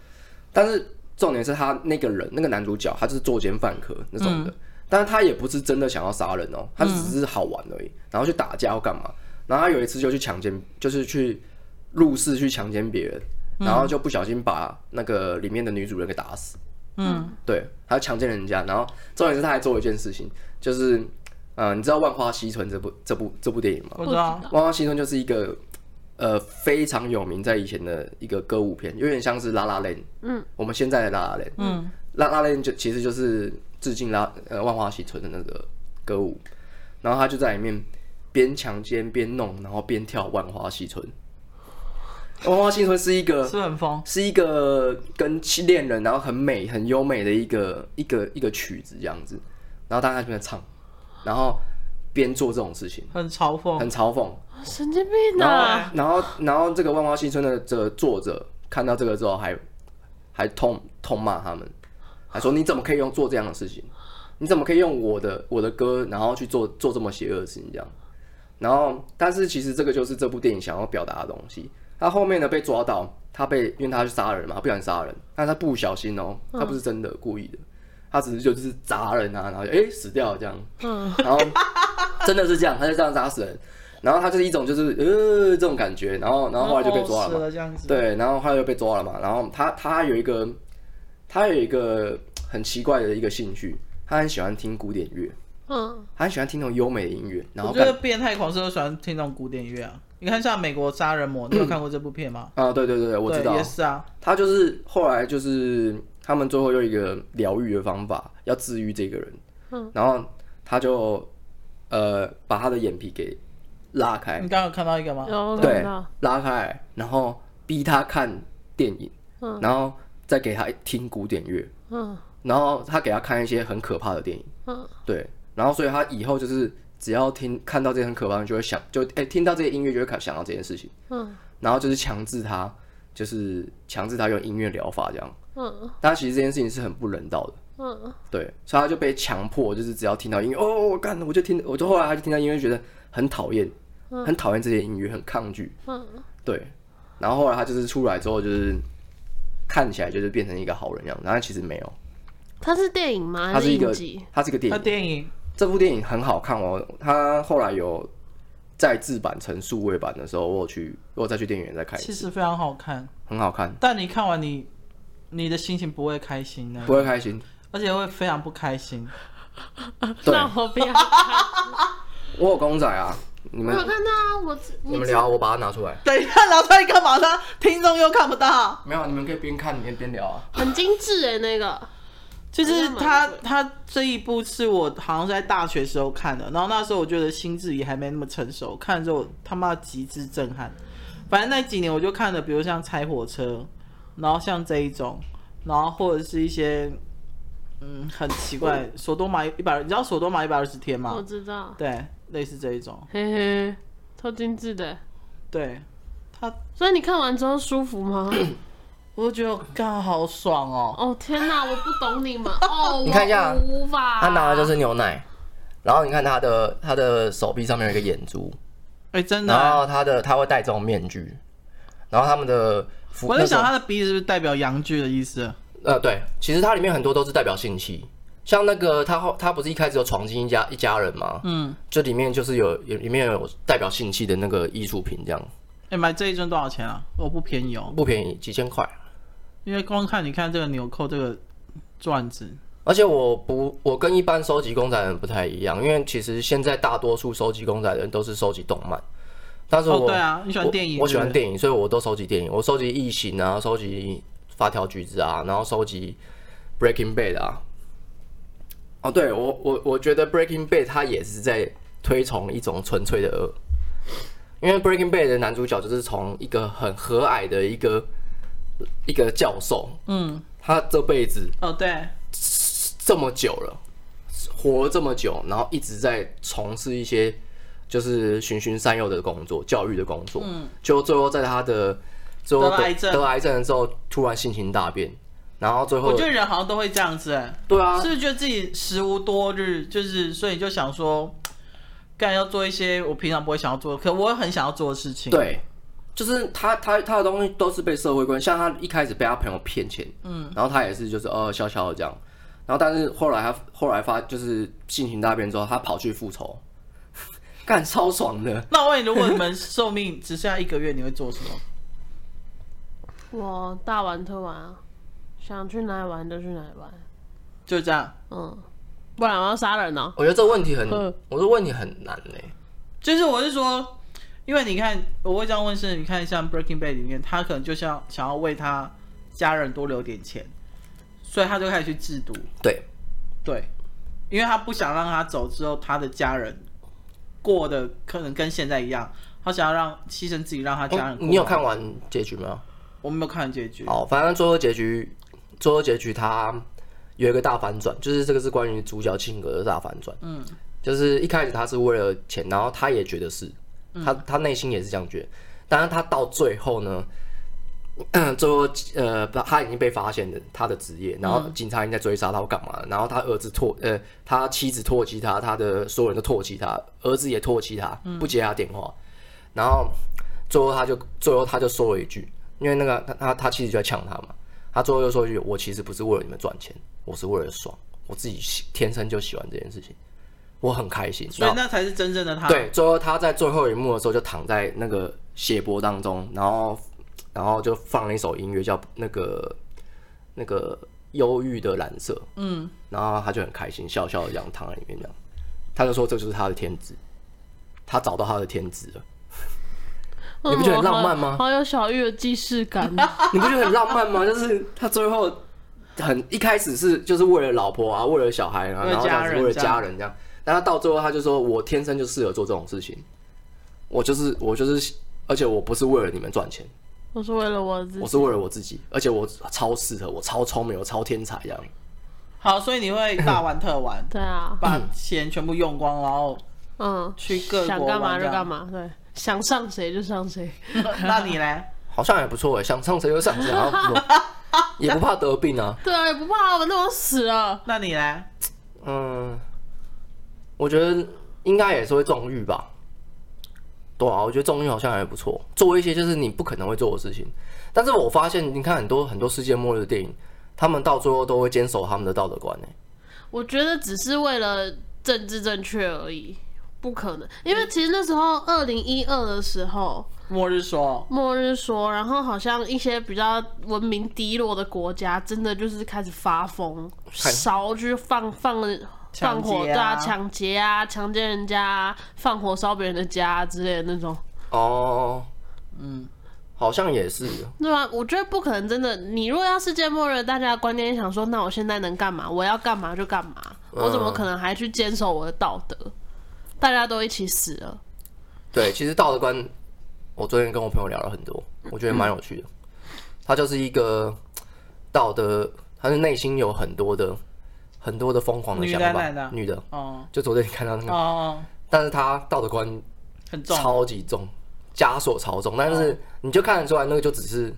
B: 但是重点是他那个人那个男主角，他就是作奸犯科那种的，但是他也不是真的想要杀人哦，他只是好玩而已，然后去打架或干嘛，然后他有一次就去强奸，就是去入室去强奸别人，然后就不小心把那个里面的女主人给打死。
C: 嗯，
B: 对，他强奸人家，然后重点是他还做了一件事情，就是，呃，你知道《万花西村》这部这部这部电影吗？
C: 我知道
A: 不知
B: 《
A: 道
B: 万花西村》就是一个，呃，非常有名，在以前的一个歌舞片，有点像是《拉拉链》。
A: 嗯，
B: 我们现在的《拉拉链》。嗯，《拉拉链》就其实就是致敬拉呃《万花西村》的那个歌舞，然后他就在里面边强奸边弄，然后边跳《万花西村》。《万花西村》是一个
C: 是不是很疯。
B: 是一个跟七恋人，然后很美、很优美的一个一个一个曲子这样子，然后大家就在唱，然后边做这种事情，
C: 很嘲讽
B: 很，嘲讽。
A: 神经病
B: 然
A: 啊！
B: 后，然后，然后这个《万花新村》的这作者看到这个之后还，还痛痛骂他们，还说你怎么可以用做这样的事情？你怎么可以用我的我的歌，然后去做做这么邪恶的事情这样？然后，但是其实这个就是这部电影想要表达的东西。他后面呢被抓到，他被因为他去杀人嘛，他不想杀人，但他不小心哦，他不是真的故意的，他只是就是砸人啊，然后就哎死掉了这样，
A: 嗯
B: 然后真的是这样，他就这样砸死人，然后他就是一种就是呃这种感觉，然后然后后来就被抓了
C: 哦死
B: 嘛，
C: 了这样子。，
B: 对，然后后来就被抓了嘛，然后他他有一个他有一个很奇怪的一个兴趣，他很喜欢听古典乐，
A: 嗯
B: 他很喜欢听那种优美的音乐，然
C: 我
B: 后
C: 觉
B: 干
C: 得变态狂是都喜欢听那种古典乐啊。你看像美国杀人魔， 你有看过这部片吗？
B: 啊对对对对，我知
C: 对，
B: 道
C: 也，是啊，
B: 他就是后来就是他们最后用一个疗愈的方法，要治愈这个人，
A: 嗯
B: 然后他就呃把他的眼皮给拉开
C: 你，刚刚有看到一个吗？
A: 有看
B: 对
A: 到，，
B: 拉开来，然后逼他看电影，
A: 嗯
B: 然后再给他听古典乐，
A: 嗯
B: 然后他给他看一些很可怕的电影，
A: 嗯
B: 对，然后所以他以后就是只要听看到这些很可怕的，就会想就哎、听到这些音乐就会想到这件事情，
A: 嗯
B: 然后就是强制他，就是强制他用音乐疗法这样，
A: 嗯
B: 但其实这件事情是很不人道的。
A: 嗯，
B: 对，所以他就被强迫，就是只要听到音乐，哦，我干，我就听，我就后来他就听到音乐，觉得很讨厌，很讨厌这些音乐，很抗拒。
A: 嗯，
B: 对。然后后来他就是出来之后，就是看起来就是变成一个好人样，然后其实没有，
A: 他是电影吗？
B: 他
A: 还
B: 是一
A: 影
B: 个
A: 集？
B: 他是一个电
C: 那
B: 影，
C: 电影
B: 这部电影很好看哦。他后来有再制版成数位版的时候，我有去，我有再去电影院再看一
C: 其
B: 次，
C: 实非常好看，
B: 很好看，
C: 但你看完你你的心情不会开心的
B: 不，会开心。
C: 而且会非常不开心。
B: 对，
A: 那我 不要。
B: 我有公仔啊，你
A: 我
B: 们
A: 有看到啊，我
B: 你
A: 你
B: 们聊，我把它拿出来。
C: 等一下拿出来干嘛呢？听众又看不到。
B: 没有，啊你们可以边看边边聊啊。
A: 很精致哎、那个
C: 就是他
A: 好像蛮不错的
C: 他这一部是我好像是在大学时候看的，然后那时候我觉得心智也还没那么成熟，看之后他妈极致震撼。反正那几年我就看了，比如像拆火车，然后像这一种，然后或者是一些嗯很奇怪，索多玛一百，你知道索多玛一百二十天
A: 我
C: 吗？
A: 知道，
C: 对，类似这一种，
A: 嘿嘿，超精致的欸。
C: 对，
A: 所以你看完之后舒服吗？
C: 我就觉得干好爽哦。
A: 哦天哪，我不懂你们哦，
B: 你看一下
A: 我无法。
B: 他拿的就是牛奶，然后你看他的他的手臂上面有一个眼珠，
C: 哎、真的
B: 然
C: 啊、
B: 后他的他会戴这种面具，然后他们的服
C: 我在想
B: 那
C: 他
B: 种
C: 的鼻子是不是代表阳具的意思？
B: 呃对，其实它里面很多都是代表性器，像那个他后他不是一开始有闯进一家一家人吗？
C: 嗯，
B: 就里面就是有有里面有代表性器的那个艺术品，这样
C: 哎、买这一尊多少钱啊？我不便宜哦。
B: 不便宜，几千块。
C: 因为光看你看这个纽扣这个钻子，
B: 而且我不，我跟一般收集公仔的人不太一样，因为其实现在大多数收集公仔的人都是收集动漫，但是
C: 哦
B: 我、
C: 对啊你喜欢电影
B: 我，我喜
C: 是
B: 欢
C: 不是
B: 电影，所以我都收集电影，我收集异形啊，收集发条橘子啊，然后收集 Breaking Bad 啊。哦，对我我我觉得 Breaking Bad 它也是在推崇一种纯粹的恶，因为 Breaking Bad 的男主角就是从一个很和蔼的一个一个教授，
C: 嗯，
B: 他这辈子
C: 哦对，
B: 这么久了，活了这么久，然后一直在从事一些就是循循善诱的工作、教育的工作，嗯，就最后在他的最后
C: 得了癌症
B: 得癌症的时候，突然性情大变，然后最
C: 我
B: 后
C: 觉得人好像都会这样子、哎，
B: 对哦啊
C: 是，不是觉得自己时无多日，就是所以就想说，干要做一些我平常不会想要做，可我很想要做的事情，，
B: 对，就是他他他的东西都是被社会关，像他一开始被他朋友骗钱，嗯，然后他也是就是呃笑笑的这样，然后但是后来他后来发就是性情大变之后，他跑去复仇， 干超爽的。
C: 那我问你，如果你们寿命只剩下一个月，你会做什么？
A: 我大玩特玩啊，想去哪里玩就去哪里玩，
C: 就这样，
A: 嗯，不然我要杀人哦。
B: 我觉得这问题很，
A: 嗯
B: 我说问题很难欸嘞、
C: 就是我是说，因为你看我会这样问是，你看像 Breaking Bad 里面，他可能就像想要为他家人多留点钱，所以他就开始去制毒，
B: 对，
C: 对，因为他不想让他走之后，他的家人过的可能跟现在一样，他想要让牺牲自己，让他家人、
B: 嗯哦你有看？哦完结局没有？
C: 我没有看结局。
B: 好，反正最后结局，最后结局它有一个大反转，就是这个是关于主角性格的大反转。嗯，就是一开始他是为了钱，然后他也觉得是，他他内心也是这样觉得，但是他到最后呢，最后呃他已经被发现了他的职业，然
C: 嗯
B: 后警察已经在追杀他或干嘛，然后他儿子唾呃他妻子唾弃他，他的所有人都唾弃他，儿子也唾弃他，
C: 嗯
B: 不接他电话，然后最后他就最后他就说了一句，因为那个他他他妻子就在呛他嘛，他最后又说一句：“我其实不是为了你们赚钱，我是为了爽，我自己喜天生就喜欢这件事情，我很开心。”
C: 所以那才是真正的他。，
B: 对，最后他在最后一幕的时候就躺在那个血泊当中，然后然后就放了一首音乐叫那个那个忧郁的蓝色，
C: 嗯，
B: 然后他就很开心，笑笑的这样躺在里面这样，他就说这就是他的天职，他找到他的天职了，你不觉得很浪漫
A: 嗯
B: 吗
A: 好好有小玉的既视感哦。
B: 你不觉得很浪漫吗？ 就是他最后很一开始是就是为了老婆啊，为了小孩啊，
C: 为了
B: 然后这样
C: 家
B: 子
C: 人
B: 为了
C: 这样
B: 家人这样，但他到最后他就说我天生就适合做这种事情，我就是我就是，而且我不是为了你们赚钱，
A: 我是为了我自
B: 我
A: 己，
B: 是为了我自己，而且我超适合，我超聪明，我超天才这样。
C: 好，所以你会大玩特玩，
A: 对啊，
C: 把钱全部用光，哦然后
A: 嗯，
C: 去各国
A: 想干嘛
C: 玩
A: 就
C: 这
A: 干。
C: 样
A: 嘛，对，想上谁就上谁。
C: 那你嘞？
B: 好像也不错哎，想上谁就上谁，然后不 也不怕得病啊。
A: 对啊，也不怕我们那种死了。
C: 那你嘞？
B: 嗯，我觉得应该也是会纵欲吧。对啊，我觉得纵欲好像还不错，做一些就是你不可能会做的事情。但是我发现，你看很多很多世界末日的电影，他们到最后都会坚欸守他们的道德观呢、
A: 我觉得只是为了政治正确而已，不可能，因为其实那时候二零一二的时候，
C: 末日说，
A: 末日说，然后好像一些比较文明低落的国家，真的就是开始发疯，
B: 看
A: 烧去放放了放
C: 抢劫啊
A: 火，对啊，抢劫啊，强奸人家、啊，放火烧别人的家、之类的那种，
B: 哦，嗯，好像也是，
A: 对啊，我觉得不可能真的。你如果要世界末日，大家的观念想说，那我现在能干嘛？我要干嘛就干嘛，我怎么
B: 嗯
A: 可能还去坚守我的道德？大家都一起死了，
B: 对，其实道德观，我昨天跟我朋友聊了很多，我觉得蛮有趣的。他就是一个道德，他是内心有很多的很多的疯狂的
C: 女
B: 想
C: 的
B: 法
C: 男的，
B: 女的，
C: 哦
B: 就昨天你看到那
C: 哦
B: 个，
C: 哦，
B: 但是他道德观
C: 很重，
B: 超级重，枷锁超重，但
A: 哦
B: 是你就看得出来，那个就只是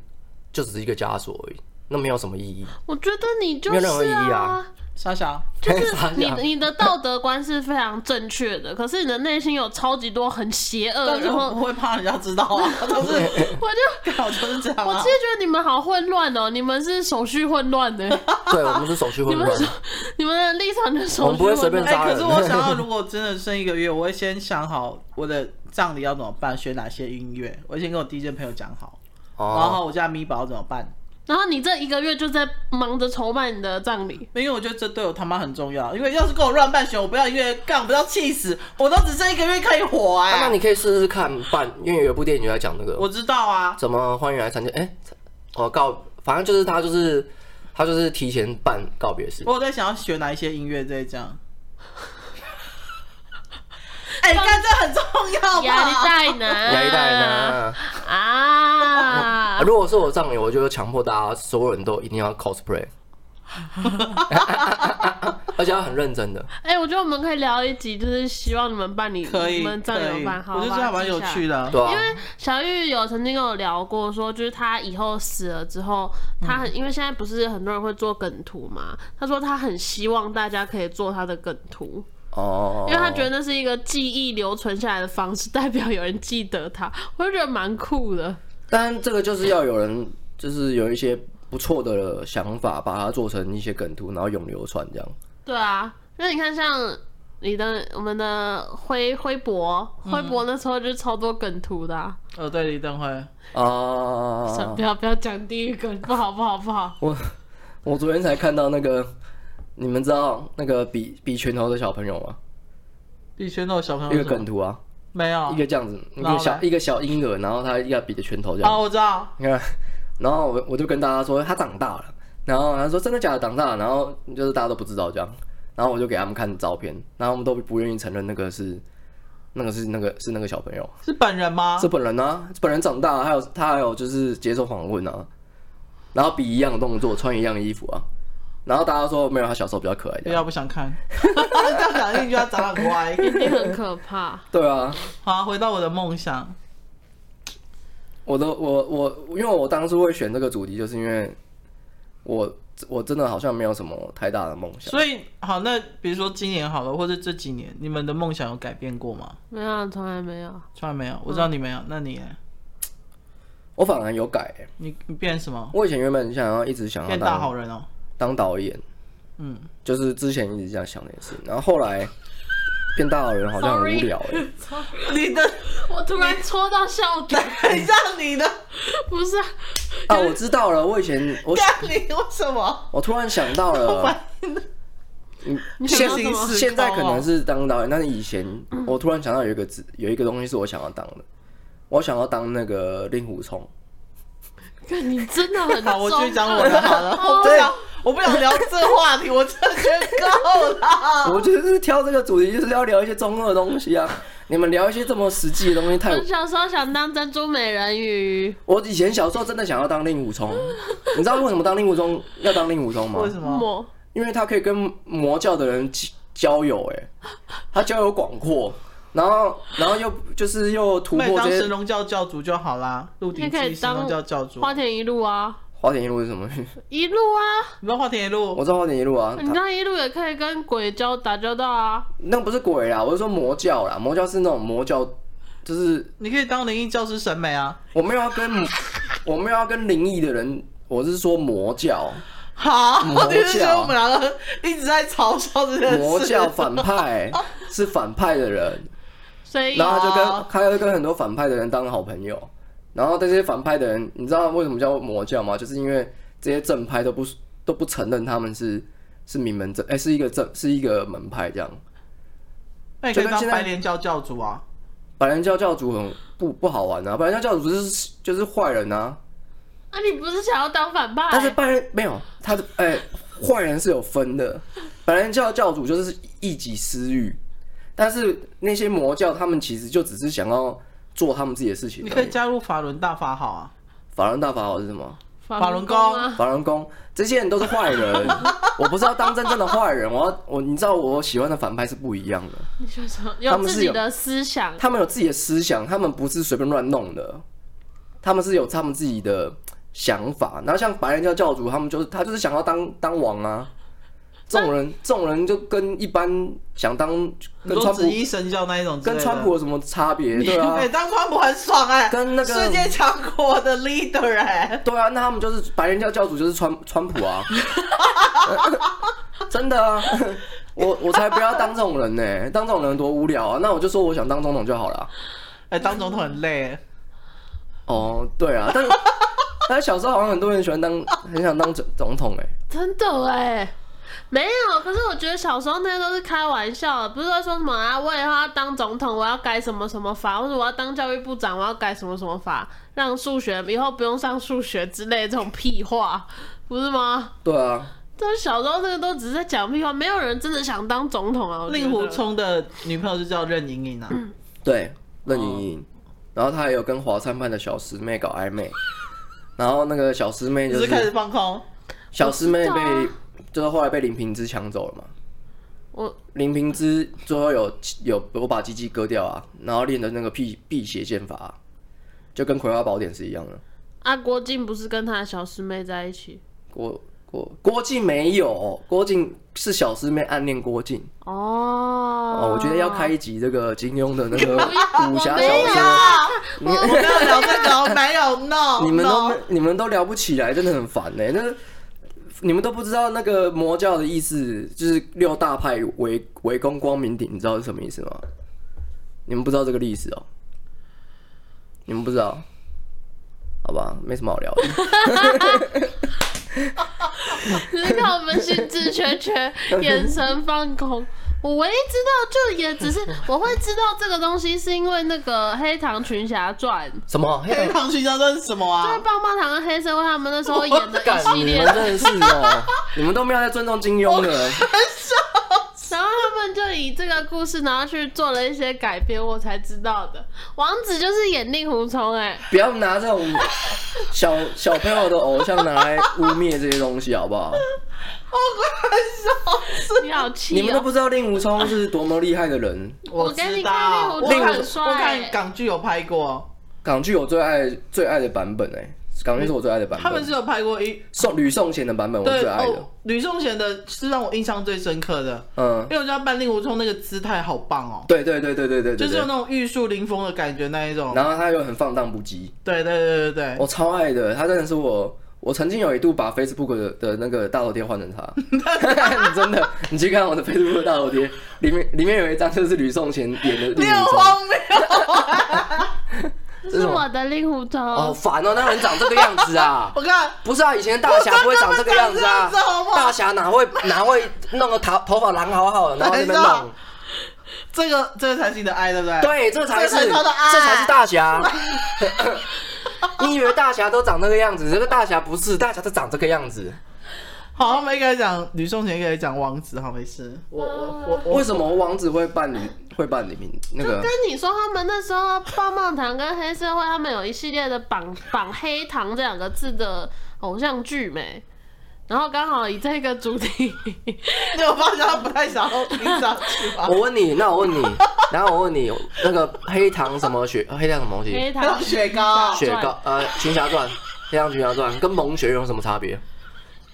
B: 就只是一个枷锁而已，那没有什么意 义。
A: 我觉得你就
B: 没有任何
A: 是
B: 意义啊
C: 傻小，
A: 就是
B: 傻
A: 你
B: 笑
A: 你的道德观是非常正确的，可是你的内心有超级多很邪恶，
C: 但
A: 呃
C: 是
A: 然
C: 我
A: 后
C: 不会怕人家知道啊，都
A: 我
C: 是
A: 就
C: 我就是这样
A: 我
C: 啊
A: 其实。觉得你们好混乱哦，你们是手续混乱 的，
B: 对我们是手续混
A: 你们
B: 乱
A: 是，你们的立场就是手
B: 我们
A: 续
B: 不会随
A: 混
B: 便
A: 乱。
B: 杀
C: 哎，
B: 人。
C: 可是我想要，如果真的剩一个月，我会先想好我的葬礼要怎么办，选哪些音乐，我会先跟我 DJ 朋友讲好，然
B: 哦，
C: 后我家米宝怎么办，
A: 然后你这一个月就在忙着筹办你的葬礼，
C: 因为我觉得这对我他妈很重要，因为要是跟我乱办选，我不要音乐干，我不要气死，我都只剩一个月可以活哎、
B: 啊那你可以试试看办，因为有一部电影就在讲那个
C: 我知道啊，
B: 怎么欢迎来参加。哎、我告，反正就是他就是他就是提前办告别式。
A: 啊
C: 我有在想要选哪一些音乐在这样。 哎、干这很重要
A: 压力
C: 吧？
A: 太难，
B: 压力大人啊！
A: 啊
B: 啊！如果是我葬礼，我就会强迫大家所有人都一定 要 cosplay，而且要很认真的。
A: 哎、我觉得我们可以聊一集，就是希望你们办理
C: 可以，
A: 你们葬
C: 可
A: 礼
C: 以，
A: 有办好，
C: 我就
A: 把
C: 觉
A: 它
C: 得蛮
A: 记
C: 有
A: 下来
C: 趣的。
B: 对啊，
A: 因为小玉有曾经跟我聊过，说就是他以后死了之后，他
B: 嗯
A: 很、因为现在不是很多人会做梗图嘛，他说他很希望大家可以做他的梗图，
B: 哦，
A: 因为他觉得那是一个记忆留存下来的方式，代表有人记得他，我就觉得蛮酷的。
B: 当然，这个就是要有人，就是有一些不错的想法，把它做成一些梗图，然后永流传这样。
A: 对啊，因为你看像。你的我们的辉辉博，辉
B: 嗯
A: 博那时候就超多梗图的、啊，
C: 呃，对，李登辉，
B: 啊
A: 不！要不要讲地狱梗，不好不好不好。
B: 我我昨天才看到那个，你们知道那个比比拳头的小朋友吗？
C: 李轩那小朋友
B: 一个
C: 是吗
B: 梗图啊，
C: 没有
B: 一个这样子，一
C: 然后
B: 个
C: 嘞
B: 小一个小婴儿，然后他要比着拳头这样。
C: 哦，我知道，
B: 你看，然后我我就跟大家说他长大了，然后他说真的假的长大了，然后就是大家都不知道这样，然后我就给他们看照片，然后他们都不愿意承认那个是那个是那个是那个小朋友，
C: 是本人吗
B: 是？本人啊，是本人长大，还有他还有就是接受访问啊，然后比一样的动作，穿一样的衣服啊，然后大家说没有，他小时候比较可爱
C: 不
B: 这
C: 要
B: 样，
C: 哎不想看， 这样讲一定就要长很歪。
A: 一定很可怕。
B: 对啊，
C: 好啊，回到我的梦想，
B: 我的我我，因为我当初会选这个主题，就是因为我我真的好像没有什么太大的梦想。
C: 所以好，那比如说今年好了，或者这几年，你们的梦想有改变过吗？
A: 没有，啊从来没有。
C: 从来没
A: 嗯
C: 有，我知道你没有，那你呢
B: 我反而有改、欸
C: 你你变什么？
B: 我以前原本想要一
A: 啊
B: 直想要
C: 变大好
B: 当
C: 人哦。
B: 当导演，
C: 嗯，
B: 就是之前一直这样想的也是，然后后来变大好人好像很无
A: Sorry
B: 聊哎、
C: 你的，
A: 我突然戳到笑点，
C: 很像你的，
A: 不是啊、
B: 啊，我知道了，我以前我
C: 干你为什么？
B: 我突然想到
A: 呃
B: 了，嗯，
A: 你想
B: 现
A: 到什么
B: 现在可
C: 啊
B: 能是当导演，但是以前
C: 嗯
B: 我突然想到有一个字，有一个东西是我想要当的，我想要当那个令狐冲，
A: 看你真的很
C: 好，我去讲我的
A: 的。
C: 好了，我不
B: 对
C: 想，我不想聊这个话题，我真的 觉得够了。
B: 我就是挑这个主题就是要聊一些中二的东西啊，你们聊一些这么实际的东西太无
A: 我小时候想当珍珠美人鱼，
B: 我以前小时候真的想要当令狐冲，你知道为什么当令狐冲要当令狐冲吗？
C: 为什么？
A: 我
B: 因为他可以跟魔教的人交交友、哎，他交友广阔，然后然后又就是又突
C: 那你
B: 破
C: 当
B: 这
C: 神
B: 些。
C: 龙教教主就好啦，《鹿鼎
A: 你
C: 记
A: 可》以
C: 神龙
A: 当
C: 教教主。
A: 花田一路啊，
B: 花田一路是什么？
A: 一路啊，
C: 你知道花田一路
B: 我知道花田一路
C: 嗯
B: 啊，
A: 你
B: 他
A: 当一路也可以跟鬼交打交道啊。
B: 那不是鬼啦，我是说魔教啦，魔教是那种魔教，就是
C: 你可以当灵异教师审美啊。
B: 我没有要跟我没有要跟灵异的人，我是说魔教，
C: 好，
B: 魔
C: 你是
B: 教
C: 说我们两个一直在嘲笑这件事？
B: 魔教反派是反派的人，
A: 所以
B: 然后他就跟
C: 哦
B: 他就跟很多反派的人当好朋友，然后这些反派的人，你知道为什么叫魔教吗？就是因为这些正派都不都不承认他们是是名门正，哎、是一个正是一个门派这样。
C: 那你
B: 就
C: 可
B: 跟
C: 以当
B: 现在
C: 白莲教教主啊。
B: 白人教教主很不不好玩啊，白人教教主就是就是坏人啊，
A: 啊，你不是想要当反 派？
B: 但是拜人没有他的哎，坏、人是有分的。本来教教主就是一己私欲，但是那些魔教他们其实就只是想要做他们自己的事情
C: 你
B: 而
C: 可以
B: 已。
C: 加入法轮大法好啊。
B: 法轮大法好是什么？
A: 法
C: 轮
A: 功
C: 功
A: 啊，
B: 法轮功，这些人都是坏人。 我不是要当真正的坏人，我要我你知道我喜欢的反派是不一样的，
A: 你说什么？
B: 他
A: 有
B: 们是
A: 自己
B: 有
A: 的思想，
B: 他们有自己的思想，他们不是随便乱弄的，他们是有他们自己的想法。然后像白人教教主，他们就是他就是想要当当王啊。这种人，这种人就跟一般想当
C: 你
B: 跟
C: 说
B: 川普
C: 紫衣神教那一种之类
B: 跟
C: 的，
B: 川普 有什么差别？对啊
C: 哎、，当川普很爽 哎、
B: 跟那个
C: 世界强国的 leader 哎、
B: 对啊，那他们就是白人教教主就是川川普啊， 真的啊， 我我才不要当这种人呢、当这种人多无聊啊！那我就说我想当总统就好了。啊
C: 哎、当总统很累、哎
B: 哦，对啊，但但是 小时候好像很多人喜欢当，很想当总总统哎、
A: 真的哎。没有，可是我觉得小时候那些都是开玩笑的，不是会说什么啊，我以后要当总统，我要改什么什么法，或者我要当教育部长，我要改什么什么法，让数学以后不用上数学之类的这种屁话，不是吗？
B: 对啊，
A: 但是小时候那个都只是在讲屁话，没有人真的想当总统啊。我觉得
C: 令狐冲的女朋友就叫任盈盈啊，
B: 嗯对，任盈盈，然后他还有跟华灿派的小师妹搞暧昧，然后那个小师妹
C: 你
B: 就是
C: 开始
B: 是
C: 放空，
B: 小师妹
A: 我
B: 被
A: 知道啊，
B: 就是后来被林平之抢走了嘛。
A: 我
B: 林平之最后有有我把鸡鸡割掉啊，然后练的那个辟辟邪剑法啊、就跟《葵花宝典》是一样的。
A: 啊，郭靖不是跟他的小师妹在一起
B: 郭郭郭靖没有，郭靖是小师妹暗恋郭靖。
A: 哦。
B: 哦，
A: 哦
B: 我觉得要开一集这个金庸的那个
A: 要
B: 武侠
A: 我
B: 小
A: 没有
B: 说，
A: 我
C: 我没有聊这 个，我哦没有 no，
B: 你们都
C: no
B: 你们都聊不起来，真的很烦呢、那你们都不知道那个魔教的意思，就是六大派围围攻光明顶，你知道是什么意思吗？你们不知道这个历史哦、你们不知道？好吧，没什么好 聊的。
A: 只是看我们心智缺 缺，眼神放空。我唯一知道，就也只是我会知道这个东西，是因为那个《黑糖群侠传》，
B: 什么？黑
C: 黑糖群侠这是什么
A: 就是
C: 啊？
A: 棒棒糖跟黑社会他们那时候演的一
B: 干
A: 系
B: 你
A: 列
B: 们，真的是哦、你们都没有在尊重金庸的。
A: 然后他们就以这个故事，然后去做了一些改编，我才知道的。王子就是演令狐冲，哎，
B: 不要拿这种小小朋友的偶像拿来污蔑这些东西，好不 好？
A: 你好气、哦！
B: 啊你们都不知道令狐冲是多么厉害的人。
A: 我跟
C: 知
A: 你
C: 道，
A: 看
C: 我
A: 令狐冲
C: 看
A: 很帅欸
C: 我看港剧有拍过，
B: 港剧我最爱最爱的版本哎、港剧是我最爱的版本。
C: 他们是有拍过一
B: 宋吕颂贤的版本，我
C: 对
B: 最爱的
C: 哦。，吕颂贤的是让我印象最深刻的，
B: 嗯
C: 因，为我觉得他扮令狐冲那个姿态好棒哦，
B: 对对对对对对
C: 就
B: 对
C: 是有
B: 对。
C: 那种玉树临风的感觉那一种，
B: 然后哦他又很放荡不羁，
C: 对对对对对
B: 我超爱的。他真的是我，我曾经有一度把 Facebook 的的那个大头贴换成他。 你真的，你去看我的 Facebook 的大头贴，里面里面有一张就是吕颂贤演的
C: 你
B: 令
C: 很
B: 狐冲。
C: 荒谬，
A: 这是我的令狐冲。
B: 哦，烦哦，那人长这个样子 啊！
C: 我看
B: 不是啊，以前的大侠不会长这个样子啊
C: 不是啊不是啊不！是啊
B: 大侠哪会哪会弄个头头发染好好的，然后在那边
C: 等一
B: 弄
C: 下。这个这个才是你的爱，对不对？
B: 对，这才是
C: 这才是他的爱
B: 这才是大侠。你以为大侠都长那个样子？这个大侠不是，大侠都长这个样子。
C: 好，我们应该讲吕颂贤，应该讲王子，好，没事。我我我我
B: 为什么王子会扮李会扮李明那个
A: 跟？你说，他们那时候棒棒糖跟黑社会，他们有一系列的绑 绑黑糖这两个字的偶像剧没？然后刚好以这个主题，
C: 你有发现他不太想要听下去吧？
B: 我问你，那我问你， 然后我问你，那个黑糖什么雪黑糖什么东西？
A: 黑糖
C: 雪糕
B: 雪糕呃，群侠传，黑糖群侠传跟萌学园有什么差别？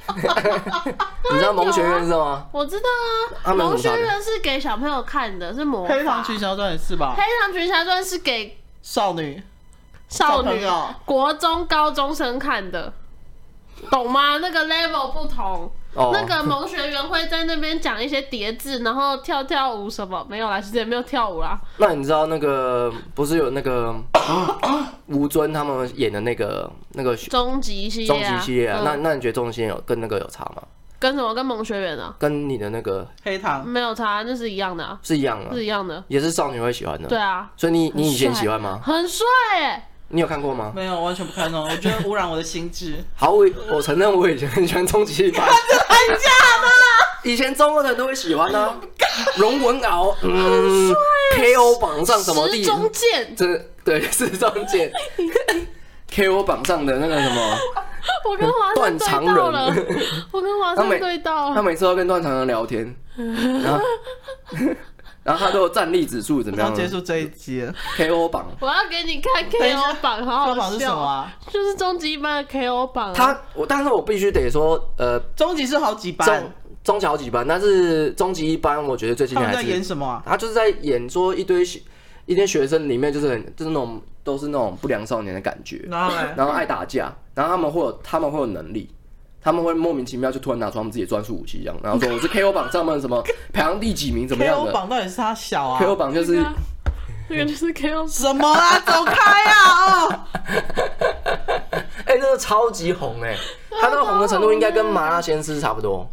B: 你知道萌学园是什么吗？
A: 我知道啊，
B: 他们有
A: 龙
B: 什
A: 轩
B: 么差别
A: 人是给小朋友看的，是魔法。
C: 黑糖群侠传也是吧
A: 黑？糖群侠传是给
C: 少女
A: 少
C: 小朋
A: 女
C: 友、
A: 国中、高中生看的，懂吗？那个 level 不同。
B: 哦，
A: 那个萌学员会在那边讲一些叠字，然后跳跳舞什么没有啦，其实也没有跳舞啦。
B: 那你知道那个不是有那个吴尊他们演的那个那个终
A: 终极系列、啊，
B: 极系列啊？
A: 嗯
B: 那那你觉得终极系列有跟那个有差吗？
A: 跟什么跟萌学员啊？
B: 跟你的那个
C: 黑
B: 嗯
C: 糖
A: 没有差，那是一样的、啊，
B: 是一样的
A: 是，一样的。
B: 也是少女会喜欢的。
A: 对，啊，
B: 所以你你以前
A: 很帅
B: 喜欢吗？
A: 很帅耶，
B: 你有看过吗？
C: 没有完全不看哦，我觉得污染我的心 智。
B: 好，我我承认我以前很喜欢终极一 班，
C: 很假的，
B: 以前中国人都会喜欢 啊，荣文敖，嗯，KO
C: 啊
B: 榜上什么
A: 石
B: 第，
A: 中剑，
B: 真的对 是中间 KO 榜上的那个什么，
A: 我跟华
B: 断
A: 生
B: 肠
A: 对到了
B: 人，
A: 我跟华
B: 他每
A: 生对
C: 哦
A: 到
B: 他
A: 了，
B: 每次都跟段长人聊天，然 后然后他都有战力指数怎么
C: 要
B: 样
C: 结束这一集了。
B: ？KO 榜，
A: 我要给你看
C: 等一下
A: KO 榜，好好
C: 标
A: 笑。
C: 榜是什么啊？
A: 就是终极一班的 KO 榜、啊。
B: 他我但是我必须得说，呃，
C: 终极是好几
B: 中
C: 班，
B: 中小几班，但是终极一班，我觉得最近
C: 他们
B: 还
C: 在
B: 是
C: 演什么啊？
B: 他就是在演说一堆学一堆学生里面，就是很就是那种都是那种不良少年的感觉，
C: 然 后嘞，
B: 然后爱打架，然后他们会有他们会有能力，他们会莫名其妙就突然拿出他们自己的专属武器一样，然后说 我是 KO 榜上面什么排行第几名怎么
C: K
B: 样
C: O
B: 的
C: 榜到底是他小啊？
B: ，KO 榜就
A: 对
B: 是
A: 啊这个就是 KO
C: 什么啊？走开啊！哦，
B: 哎、那个超级红哎、他那个红的程度应该跟麻辣鲜师差不多，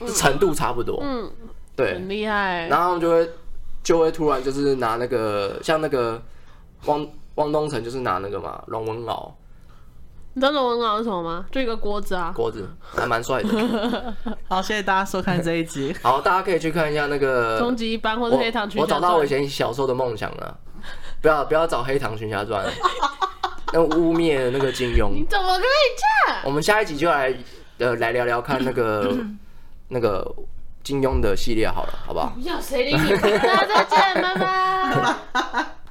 B: 是程度差不多，嗯，对，
A: 很厉害。
B: 然后他们就会就会突然就是拿那个像那个汪汪东城就是拿那个嘛龙文敖
A: 你知道龙文敖是什么吗？就一个锅子啊。
B: 锅子，还蛮帅的。
C: 好，谢谢大家收看这一集。
B: 好，大家可以去看一下那个
A: 终极一班或者黑糖群
B: 我我
A: 侠
B: 找
A: 传
B: 到我以前小时候的梦想了，不要不要找黑糖群侠传， 那污蔑那个金庸
A: 你。怎么可以这样？
B: 我们下一集就来呃来聊聊看 那个那个金庸的系列好了，好不好？
A: 要谁理你？大家再见，拜拜。